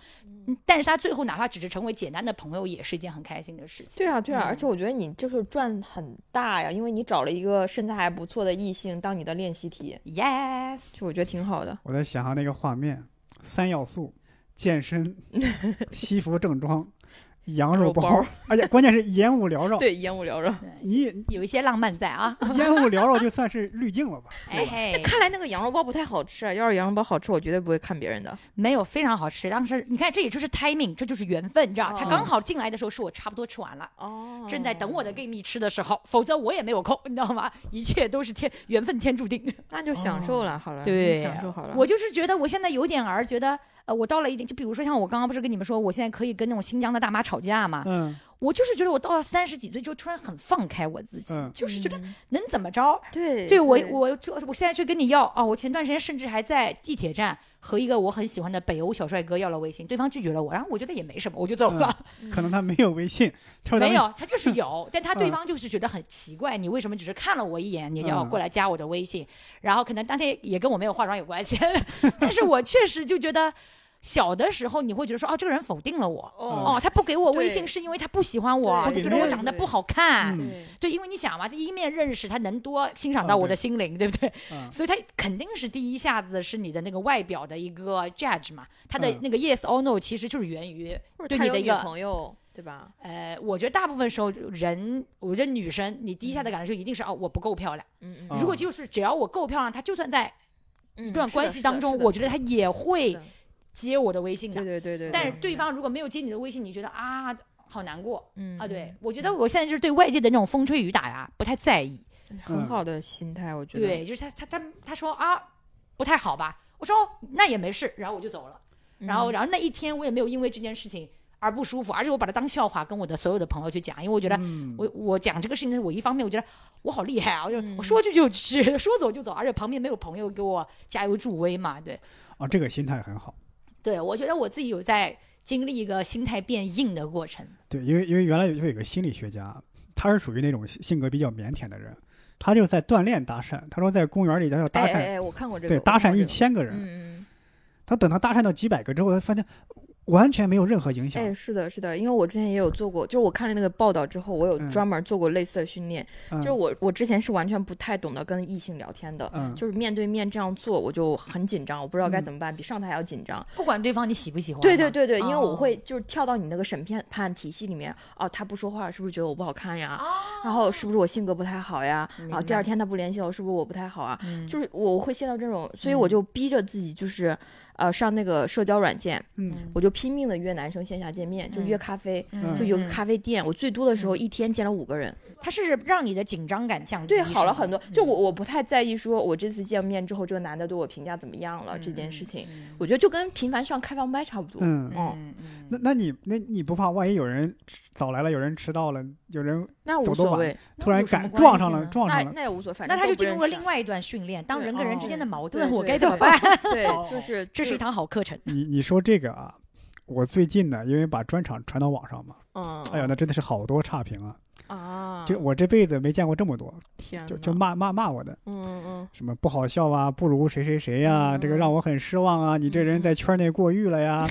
嗯但是他最后哪怕只是成为简单的朋友，也是一件很开心的事情。对啊，对啊，而嗯且我觉得你就是赚很大呀，因为你找了一个身材还不错的异性当你的练习题， Yes，就我觉得挺好哦的。我在想象啊那个画面，三要素：健 身、西服正装、羊肉肉包包，而且关键是烟雾缭绕。对，烟雾缭绕。你有一些浪漫在 啊。烟雾缭绕就算是滤镜 了吧？哎对吧？嘿，看来那个羊肉包不太好吃啊，要是羊肉包好吃，我绝对不会看别人的。没有非常好吃。当时你看，这也就是 timing，这就是缘分，你知道？他哦刚好进来的时候是我差不多吃完了。哦正在等我的 gay 蜜吃的时候，否则我也没有空，你知道吗？ 一切都是天缘分天注定。那就享受了，好了，哦对你享受好了。我就是觉得我现在有点儿觉得，呃，我到了一点，就比如说像我刚刚不是跟你们说，我现在可以跟那种新疆的大妈吵架嘛？嗯我就是觉得我到了三十几岁之后，突然很放开我自己，嗯就是觉得嗯能怎么着？对，对我，我就我现在去跟你要啊！我前段时间甚至还在地铁站和一个我很喜欢的北欧小帅哥要了微信，对方拒绝了我，然后我觉得也没什么，我就走了。可能他没有微信， 他说嗯咱没们有，他 就是有，但他对嗯方就是觉得很奇怪，你为什么只是看了我一眼，你就要嗯过来加我的微信？然后可能当天也跟我没有化妆有关系，但是我确实就觉得。小的时候你会觉得说，哦，这个人否定了我，哦哦，他不给我微信对是因为他不喜欢我，他对觉得我对长得对不好看。嗯对对，因为你想嘛，第一面认识他能多欣赏啊到我对的心灵，对不对？嗯啊，所以他肯定是第一下子是你的那个外表的一个 judge 嘛，他的嗯那个 yes or no 其实就是源于或嗯对者他你有的一女个朋友，对吧？呃，我觉得大部分时候人，我觉得女生你第一下的感受一定是、哦，我不够漂亮。嗯啊如果就是只要我够漂亮，他就算在嗯一段关系当中，我觉得他也会是的接我的微信对的。对对对，但是对方如果没有接你的微信，你觉得啊好难过嗯啊？对，我觉得我现在就是对外界的那种风吹雨打呀不太在意。嗯很好的心态，我觉得对，就是他他他他说啊不太好吧，我说哦那也没事，然后我就走了。嗯然后，然后那一天我也没有因为这件事情而不舒服，而且我把它当笑话跟我的所有的朋友去讲，因为我觉得嗯我我讲这个事情的时候，我一方面我觉得我好厉害啊，我就嗯我说去就去， 说走就走，而且旁边没有朋友给我加油助威嘛，对啊，这个心态很好。对，我觉得我自己有在经历一个心态变硬的过程，对，因为因为原来有就有个心理学家，他是属于那种性性格比较腼腆的人，他就在锻炼搭讪。他说在公园里他要搭哎讪，哎哎，我看过这个，对，我搭看讪过一这个，千个人，嗯他等他搭讪到几百个之后，他发现完全没有任何影嗯，响哎，。是的，是的，因为我之前也有做过，就是我看了那个报道之后，我有嗯专门做过类似的训练，嗯就是我我之前是完全不太懂得跟异性聊天的。嗯，嗯就是面对面这样做，我就很紧张，我不知道该嗯怎么办，比上台还要紧张。不管对方你喜不喜欢嘛，对对对对，因为我哦会就是跳到你那个审片判体系里面，哦，他不说话是不是觉得我不好看呀？啊，然后是不是我性格不太好呀？明然后第白二天他不联系我，是不是我不太好啊？嗯就是我会陷到这种，所以我嗯就逼着自己，就是、呃上那个社交软件，嗯我就拼命的约男生线下见面，就约嗯咖啡，嗯就有个嗯咖啡店，我最多的时候一天见了五个人，它是让你的紧张感降低，对，好了很多。就我我我不太在意说我这次见面之后这个男的对我评价怎么嗯样了、这件事情，我觉得就跟频繁上开放麦差不多。嗯，哦嗯嗯那那你那你不怕万一有人早来了，有人迟到了，有人那走得无所晚谓，突然有什么赶关撞上系了，呢撞那上了，那也无所谓，反那正他都就进不入认了识另外一段训练，当对人跟人之哦间的矛对盾，对我该对怎么办？ 对哦，就是这是一就堂好课程。你你说这个啊，我最近呢，因为把专场传到网上嘛，嗯，哎呀，那真的是好多差评啊！啊，就我这辈子没见过这么多，天就呐就骂骂骂我的，嗯嗯嗯，什么不好笑 啊，不如谁谁谁呀，这个让我很失望啊，你这人在圈内过誉了 呀，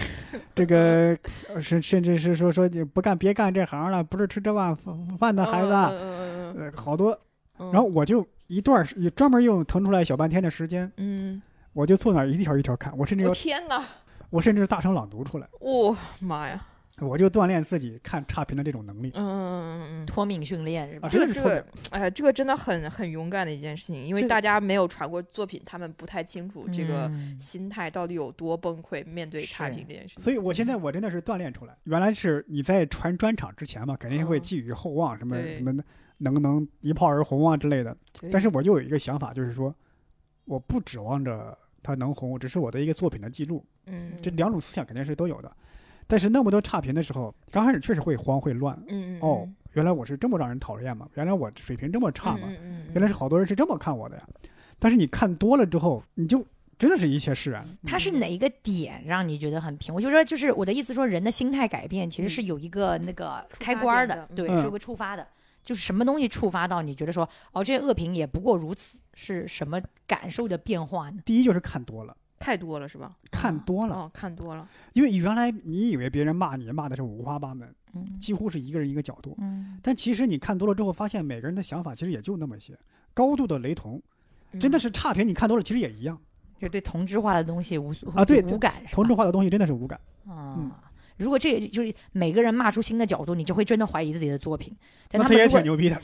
这个呃甚甚至是说说你不干别干这行了，不是吃这碗饭的孩子啊，嗯嗯呃，好多。嗯，然后我就一段儿时也专门用腾出来小半天的时间，嗯，我就坐那儿一条一条看，我甚至我要天呐，我甚至大声朗读出来，我妈呀，我就锻炼自己看差评的这种能力嗯嗯嗯嗯。脱敏训练是啊，吧？这真的是个这特别个，哎呀，这个真的很很勇敢的一件事情，因为这大家没有传过作品，他们不太清楚这个嗯心态到底有多崩溃，面对差是评这件事情。所以我现在我真的是锻炼出来。原来是你在传专场之前嘛，肯定会嗯寄予厚望，什么对什么能能一炮而红啊之类的。对但是我就有一个想法，就是说，我不指望着它能红，只是我的一个作品的记录。嗯，这两种思想肯定是都有的。但是那么多差评的时候，刚开始确实会慌会乱。嗯嗯哦，原来我是这么让人讨厌嘛？原来我水平这么差嗯嘛？嗯嗯原来是好多人是这么看我的呀。但是你看多了之后，你就真的是一切释然。它是哪一个点让你觉得很平？我就说，就是我的意思说，人的心态改变其实是有一个那个开关儿的触发，对点的，嗯是有个触发的。就是什么东西触发到你觉得说，哦，这些恶评也不过如此，是什么感受的变化呢？第一就是看多了，太多了是吧？看多了，哦，看多了，因为原来你以为别人骂你骂的是五花八门，嗯几乎是一个人一个角度，嗯，但其实你看多了之后，发现每个人的想法其实也就那么些，高度的雷同，嗯真的是差评你看多了其实也一样，就对同质化的东西无啊对无感，是吧同质化的东西真的是无 感。嗯啊。如果这就是每个人骂出新的角度，你就会真的怀疑自己的作品。但那他他们也如果挺牛 逼的，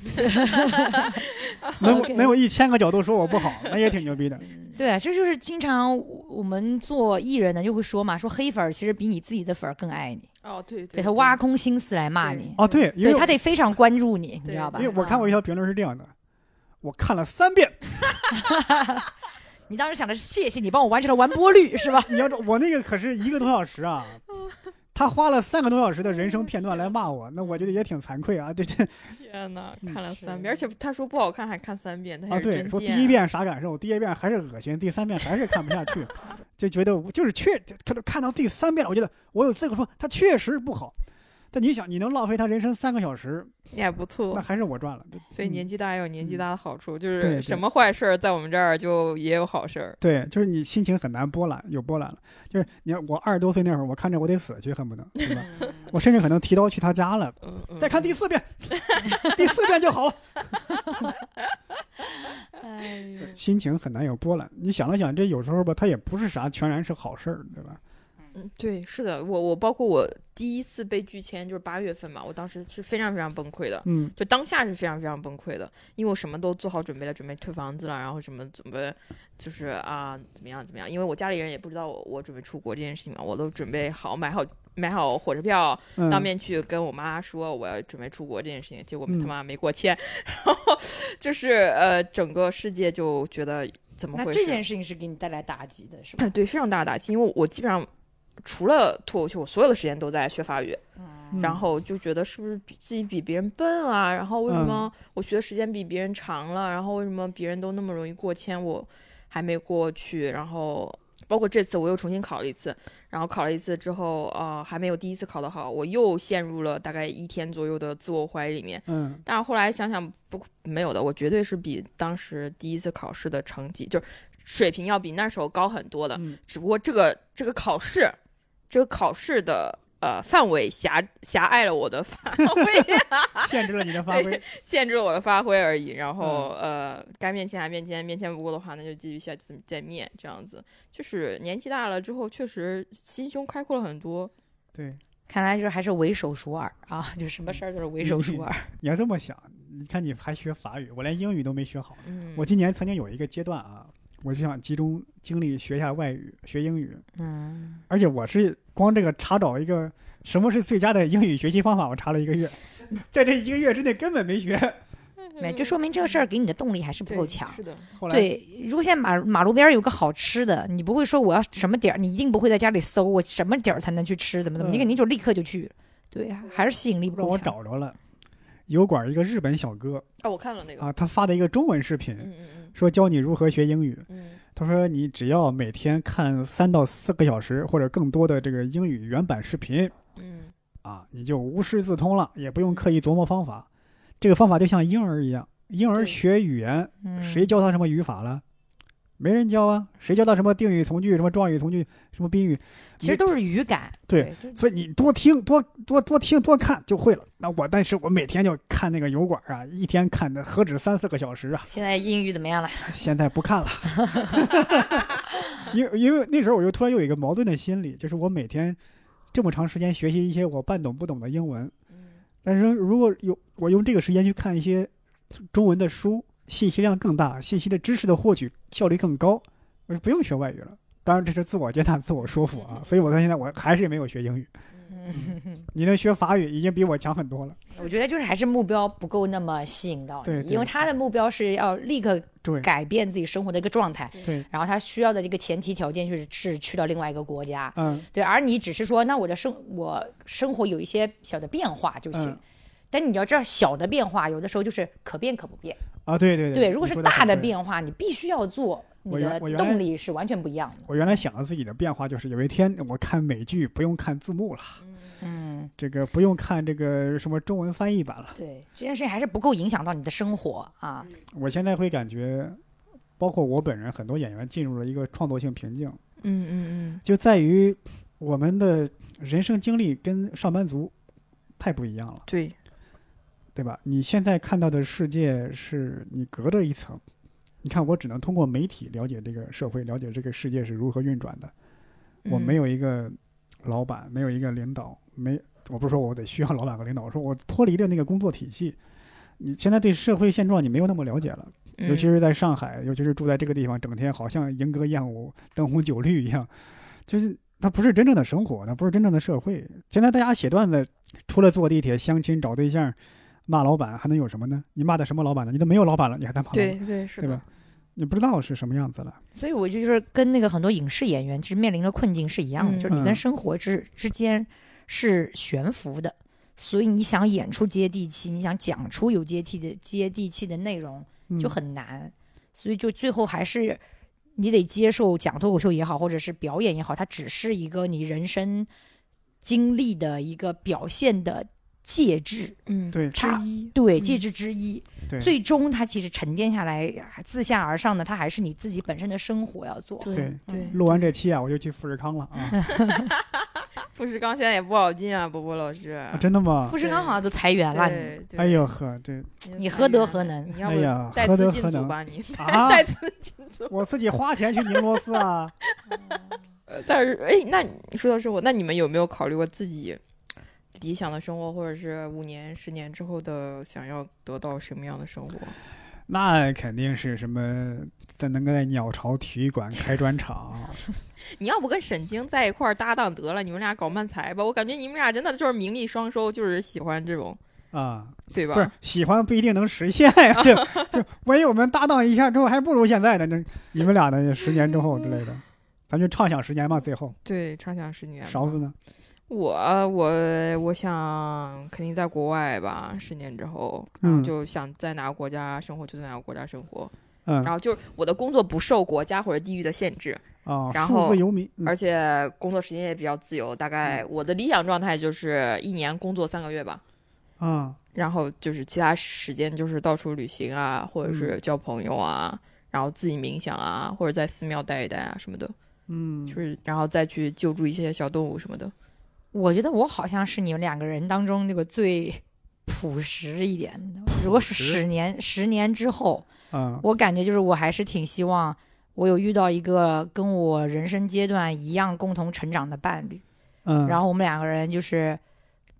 能有 OK 能有一千个角度说我不好，那也挺牛 逼的。对啊，这就是经常我我们做艺人呢就会说嘛，说黑粉儿其实比你自己的粉儿更爱你，哦，对对他挖空心思来骂你，哦，对，因对为他得非常关注你，你对知道吧因为？我看过一啊条评论是这样的，我看了三遍，你当时想的是谢谢你帮我完成了完播率是 吧？你要知道我那个可是一个多小时 啊。他花了三个多小时的人生片段来骂我，那我觉得也挺惭愧啊！这这天呐，嗯看了三是遍，而且他说不好看还看三遍，他啊，也是对，真说贱。第一遍啥感受，第二遍还是恶心，第三遍还是看不下 去，就觉得我就是确看看到第三遍了，我觉得我有资格说他确实不好，但你想，你能浪费他人生三个小时，也哎不错那。还是我赚了。所以年纪大也有年纪大的好处，就对对是什么坏事儿在我们这儿就也有好事儿。对，就是你心情很难波澜，有波澜了。就是你看，我二十多岁那会儿，我看着我得死去，恨 不得，对吧？我甚至可能提刀去他家了。嗯，嗯再看第四 遍，第四遍就好了。哎呦，心情很难有波澜。你想了想，这有时候吧，它也不是啥全然是好事儿，对吧？嗯，对，是的，我我包括我第一次被拒签就是八月份嘛，我当时是非常非常崩溃的，嗯，就当下是非常非常崩溃的，因为我什么都做好准备了，准备退房子了，然后什么准备就是啊怎么样怎么样，因为我家里人也不知道我我准备出国这件事情嘛，我都准备好买好买好火车票，嗯当面去跟我妈说我要准备出国这件事情，结果嗯他妈没给我签， 然后就是呃整个世界就觉得怎么那回事？这件事情是给你带来打击的，是吧？对非常大的打击，因为我基本上除了脱口秀，我所有的时间都在学法语，嗯然后就觉得是不是比自己比别人笨啊？然后为什么我学的时间比别人长了？然后为什么别人都那么容易过签，我还没过去？然后包括这次我又重新考了一次，然后考了一次之后，呃，还没有第一次考得好，我又陷入了大概一天左右的自我怀疑里面。嗯但是后来想想不没有的，我绝对是比当时第一次考试的成绩就是水平要比那时候高很多的。嗯只不过这个这个考试，这个考试的呃范围狭狭隘了我的发 挥， 限制了你的发挥。限制了我的发挥而已。然后、嗯呃，该面签还面签，面签不过的话，那就继续下次见面。这样子，就是年纪大了之后，确实心胸开阔了很多。对，看来就是还是唯手熟耳啊，就什么事儿都是唯手熟耳。你要这么想，你看你还学法语，我连英语都没学好。嗯，我今年曾经有一个阶段啊，我就想集中精力学一下外语，学英语。 嗯，而且我是光这个查找一个什么是最佳的英语学习方法，我查了一个月，在这一个月之内根本没学。没，这说明这个事儿给你的动力还是不嗯对够强。是的，后来对，如果现在马马路边儿有个好吃的，你不会说我要什么点儿，你一定不会在家里搜我什么点儿才能去吃，怎么怎么，你嗯肯定就立刻就去。对呀，还是吸引力不让够我强。找着了，油管一个日本小哥啊，我看了那个，啊，他发的一个中文视频，嗯嗯说教你如何学英语。嗯他说你只要每天看三到四个小时或者更多的这个英语原版视频嗯嗯，啊，你就无师自通了，也不用刻意琢磨方法。这个方法就像婴儿一样，婴儿对学语言，嗯谁教他什么语法了？没人教啊！谁教他什么定语从句、什么状语从句、什么宾语？其实都是语感。对对，这所以你多听、多多多听、多看就会了。那我，但是我每天就看那个油管啊，一天看的何止三四个小时啊！现在英语怎么样了？现在不看了，因为因为那时候我又突然有一个矛盾的心理，就是我每天这么长时间学习一些我半懂不懂的英文，嗯但是如果有我用这个时间去看一些中文的书，信息量更大，信息的知识的获取效率更高，我就不用学外语了。当然，这是自我接纳、自我说服啊，所以我到现在我还是没有学英语。嗯，你能学法语已经比我强很多了。我觉得就是还是目标不够那么吸引到对你，对因为他的目标是要立刻对改变自己生活的一个状态，对然后他需要的这个前提条件就是是去到另外一个国家，嗯，对，而你只是说，那我的生我生活有一些小的变化就行。嗯但你要知道，小的变化有的时候就是可变可不变。啊，对对如你果是说得大很的对，变化，你必须要做，你我原的我原来动力是完全不一样的。我原来想的自己的变化就是有一天我看美剧不用看字幕了，嗯，这个不用看这个什么中文翻译版了。对，这件事情还是不够影响到你的生活啊。我现在会感觉，包括我本人，很多演员进入了一个创作性瓶颈，嗯嗯就在于我们的人生经历跟上班族太不一样了，对，对吧？你现在看到的世界是你隔着一层，你看我只能通过媒体了解这个社会，了解这个世界是如何运转的。嗯我没有一个老板，没有一个领导，没我不是说我得需要老板和领导，我说我脱离了那个工作体系。你现在对社会现状你没有那么了解了，嗯，尤其是在上海，尤其是住在这个地方，整天好像莺歌燕舞、灯红酒绿一样，就是它不是真正的生活，它不是真正的社会。现在大家写段子，除了坐地铁、相亲、找对象、骂老板，还能有什么呢？你骂的什么老板呢？你都没有老板了，你还在骂老板，对对是对的吧，？你不知道是什么样子了。所以我就就是跟那个很多影视演员其实面临的困境是一样的，嗯就是你嗯跟生活之之间是悬浮的，所以你想演出接地气，你想讲出有接地的接地气的内容嗯、就很难，所以就最后还是你得接受讲脱口秀也好，或者是表演也好，它只是一个你人生经历的一个表现的介质嗯，对，它一，对，嗯介质之一。对最终它其实沉淀下来，自下而上的，它还是你自己本身的生活要做。对对嗯录完这期啊，我就去富士康了 啊！富士康现在也不好进啊，波波老师。啊真的吗富？士康好像都裁员了，对，对哎，呦呵，这你何德何？能？你要哎不呀，带何资德进何组能吧你，啊！ 带资进组。 我自己花钱去宁波斯啊，呃但是，哎，那你说到生活，那你们有没有考虑过自己理想的生活，或者是五年、十年之后的想要得到什么样的生活？那肯定是什么，在能够在鸟巢体育馆开专场，你要不跟沈晶在一块儿搭档得了，你们俩搞漫才吧。我感觉你们俩真的就是名利双收，就是喜欢这种，啊，对吧？不是喜欢不一定能实现呀，就就万一我们搭档一下之后，还不如现在呢。那你们俩呢？十年之后之类的，咱就畅想十年吧。最后对，畅想十年。勺子呢？我我我想肯定在国外吧，十年之后，然后嗯就想在哪个国家生活就在哪个国家生活，嗯然后就是我的工作不受国家或者地域的限制，啊，然数后字游民，嗯而且工作时间也比较自由。大概我的理想状态就是一年工作三个月吧，啊，然后就是其他时间就是到处旅行啊，或嗯者是交朋友啊，然后自己冥想啊，或者在寺庙待一待啊什么的，嗯，就是然后再去救助一些小动物什么的。我觉得我好像是你们两个人当中那个最 朴实一点的。如果是实十年，十年之后，啊，我感觉就是我还是挺希望我有遇到一个跟我人生阶段一样共同成长的伴侣，嗯，然后我们两个人就是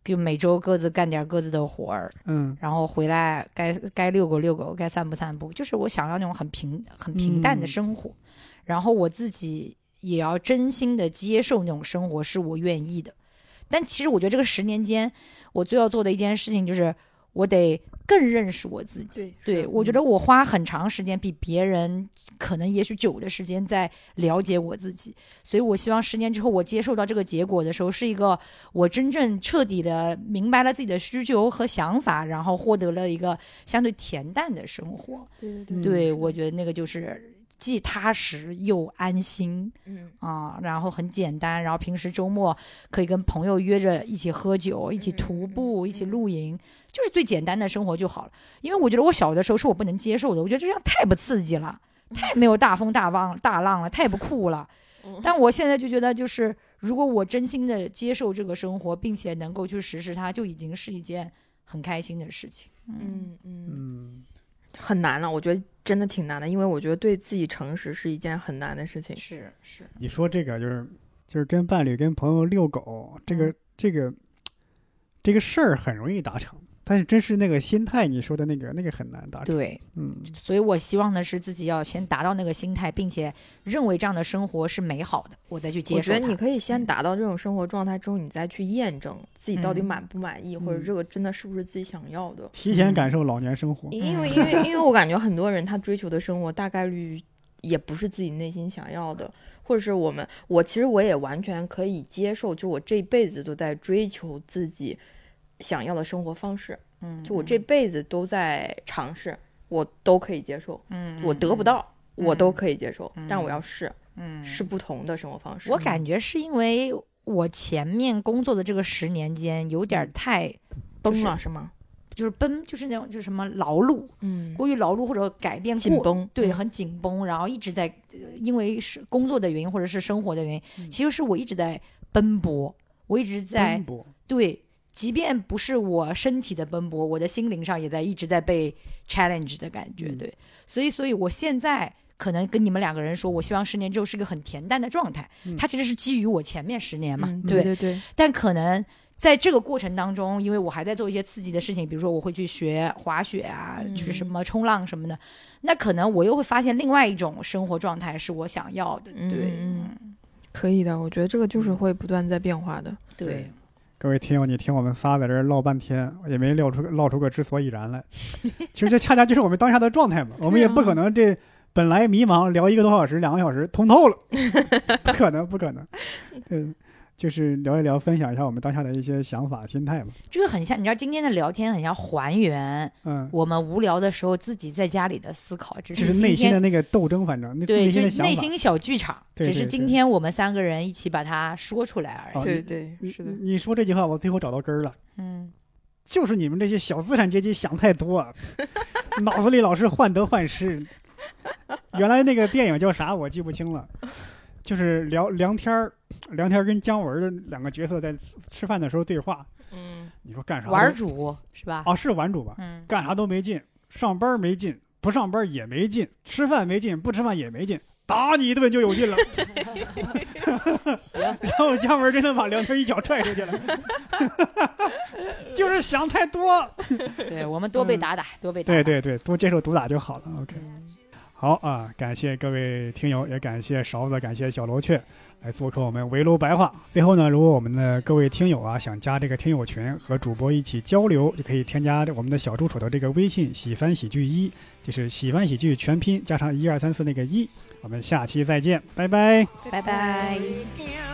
就每周各自干点各自的活儿，嗯，然后回来该该遛狗遛狗，该散步散步，就是我想要那种很平很平淡的嗯生活，然后我自己也要真心的接受那种生活是我愿意的。但其实我觉得这个十年间，我最要做的一件事情就是我得更认识我自己。对是我觉得我花很长时间，比别人可能也许久的时间在了解我自己，所以我希望十年之后我接受到这个结果的时候，是一个我真正彻底的明白了自己的需求和想法，然后获得了一个相对恬淡的生活。对对对嗯对我觉得那个就是既踏实又安心嗯，啊，然后很简单，然后平时周末可以跟朋友约着一起喝酒、一起徒步、一起露营，就是最简单的生活就好了。因为我觉得我小的时候是我不能接受的，我觉得这样太不刺激了，太没有大风大浪大浪了，太不酷了。嗯但我现在就觉得，就是如果我真心的接受这个生活，并且能够去实施它，就已经是一件很开心的事情。嗯嗯。嗯，很难啊了，我觉得真的挺难的，因为我觉得对自己诚实是一件很难的事情。是是，你说这个就是就是跟伴侣、跟朋友遛狗，这个这个这个事儿很容易达成，但是真是那个心态，你说的那个那个很难达成。对，嗯，所以我希望的是自己要先达到那个心态，并且认为这样的生活是美好的，我再去接我受觉它。嗯得你可以先达到这种生活状态之后，你再去验证自己到底嗯满不满意，或者嗯这个真的是不是自己想要的。提前感受老年生活。因嗯为因为因为我感觉很多人他追求的生活大概率也不是自己内心想要的，或者是我们我其实我也完全可以接受，就我这辈子都在追求自己想要的生活方式，嗯，就我这辈子都在尝试，我都可以接受。嗯，我得不到，我都可以接受，嗯但我要试嗯，嗯试不同的生活方式。我感觉是因为我前面工作的这个十年间有点儿嗯太崩是了是吗？就是奔就是那种就是什么劳碌，嗯，过于劳碌或者改变紧过。绷，对，嗯很紧绷，然后一直在，呃因为是工作的原因或者是生活的原因，嗯其实是我一直在奔波，我一直在奔波对，即便不是我身体的奔波，我的心灵上也在一直在被 challenge 的感觉。嗯对，所以，所以我现在可能跟你们两个人说，我希望十年之后是个很恬淡的状态。嗯它其实是基于我前面十年嘛，嗯对。对对，但可能在这个过程当中，因为我还在做一些刺激的事情，比如说我会去学滑雪啊，嗯去什么冲浪什么的，那可能我又会发现另外一种生活状态是我想要的。嗯对，嗯嗯可以的。我觉得这个就是会不断在变化的。对，各位听友，你听我们仨在这儿唠半天，也没聊出唠出个之所以然来。其实这恰恰就是我们当下的状态嘛。我们也不可能这本来迷茫聊一个多小时、两个小时通透了，不可能，不可能。嗯，就是聊一聊，分享一下我们当下的一些想法、心态吧。这个很像，你知道今天的聊天很像还原嗯，我们无聊的时候自己在家里的思考，只就是是今内心天的那个斗争，反正内对，内就心的是想内法。心小剧场，对只是对今对天我们三个人一起把它说出来而哦已。对对你是的，你说这句话，我最后找到根儿了，嗯，就是你们这些小资产阶级想太多 啊，脑子里老是患得患失。原来那个电影叫啥我记不清了，就是聊梁天儿，梁天儿跟姜文儿的两个角色在吃吃饭的时候对话。嗯，你说干啥都？玩主是吧？啊，是玩主吧？嗯，干啥都没劲，上班没劲，不上班也没劲，吃饭没劲，不吃饭也没劲，打你一顿就有劲了。行，然后姜文真的把梁天一脚踹出去了， 就是想太多。对我们多被打打，多被打嗯对打。对对，多接受毒打就好了。OK，嗯好啊，感谢各位听友，也感谢勺子，感谢小罗雀来做客我们围炉白话。最后呢，如果我们的各位听友啊想加这个听友群和主播一起交流，就可以添加我们的小助手的这个微信“喜欢喜剧一”，就是“喜欢喜剧”全拼加上一二三四那个一。我们下期再见，拜拜。拜拜。行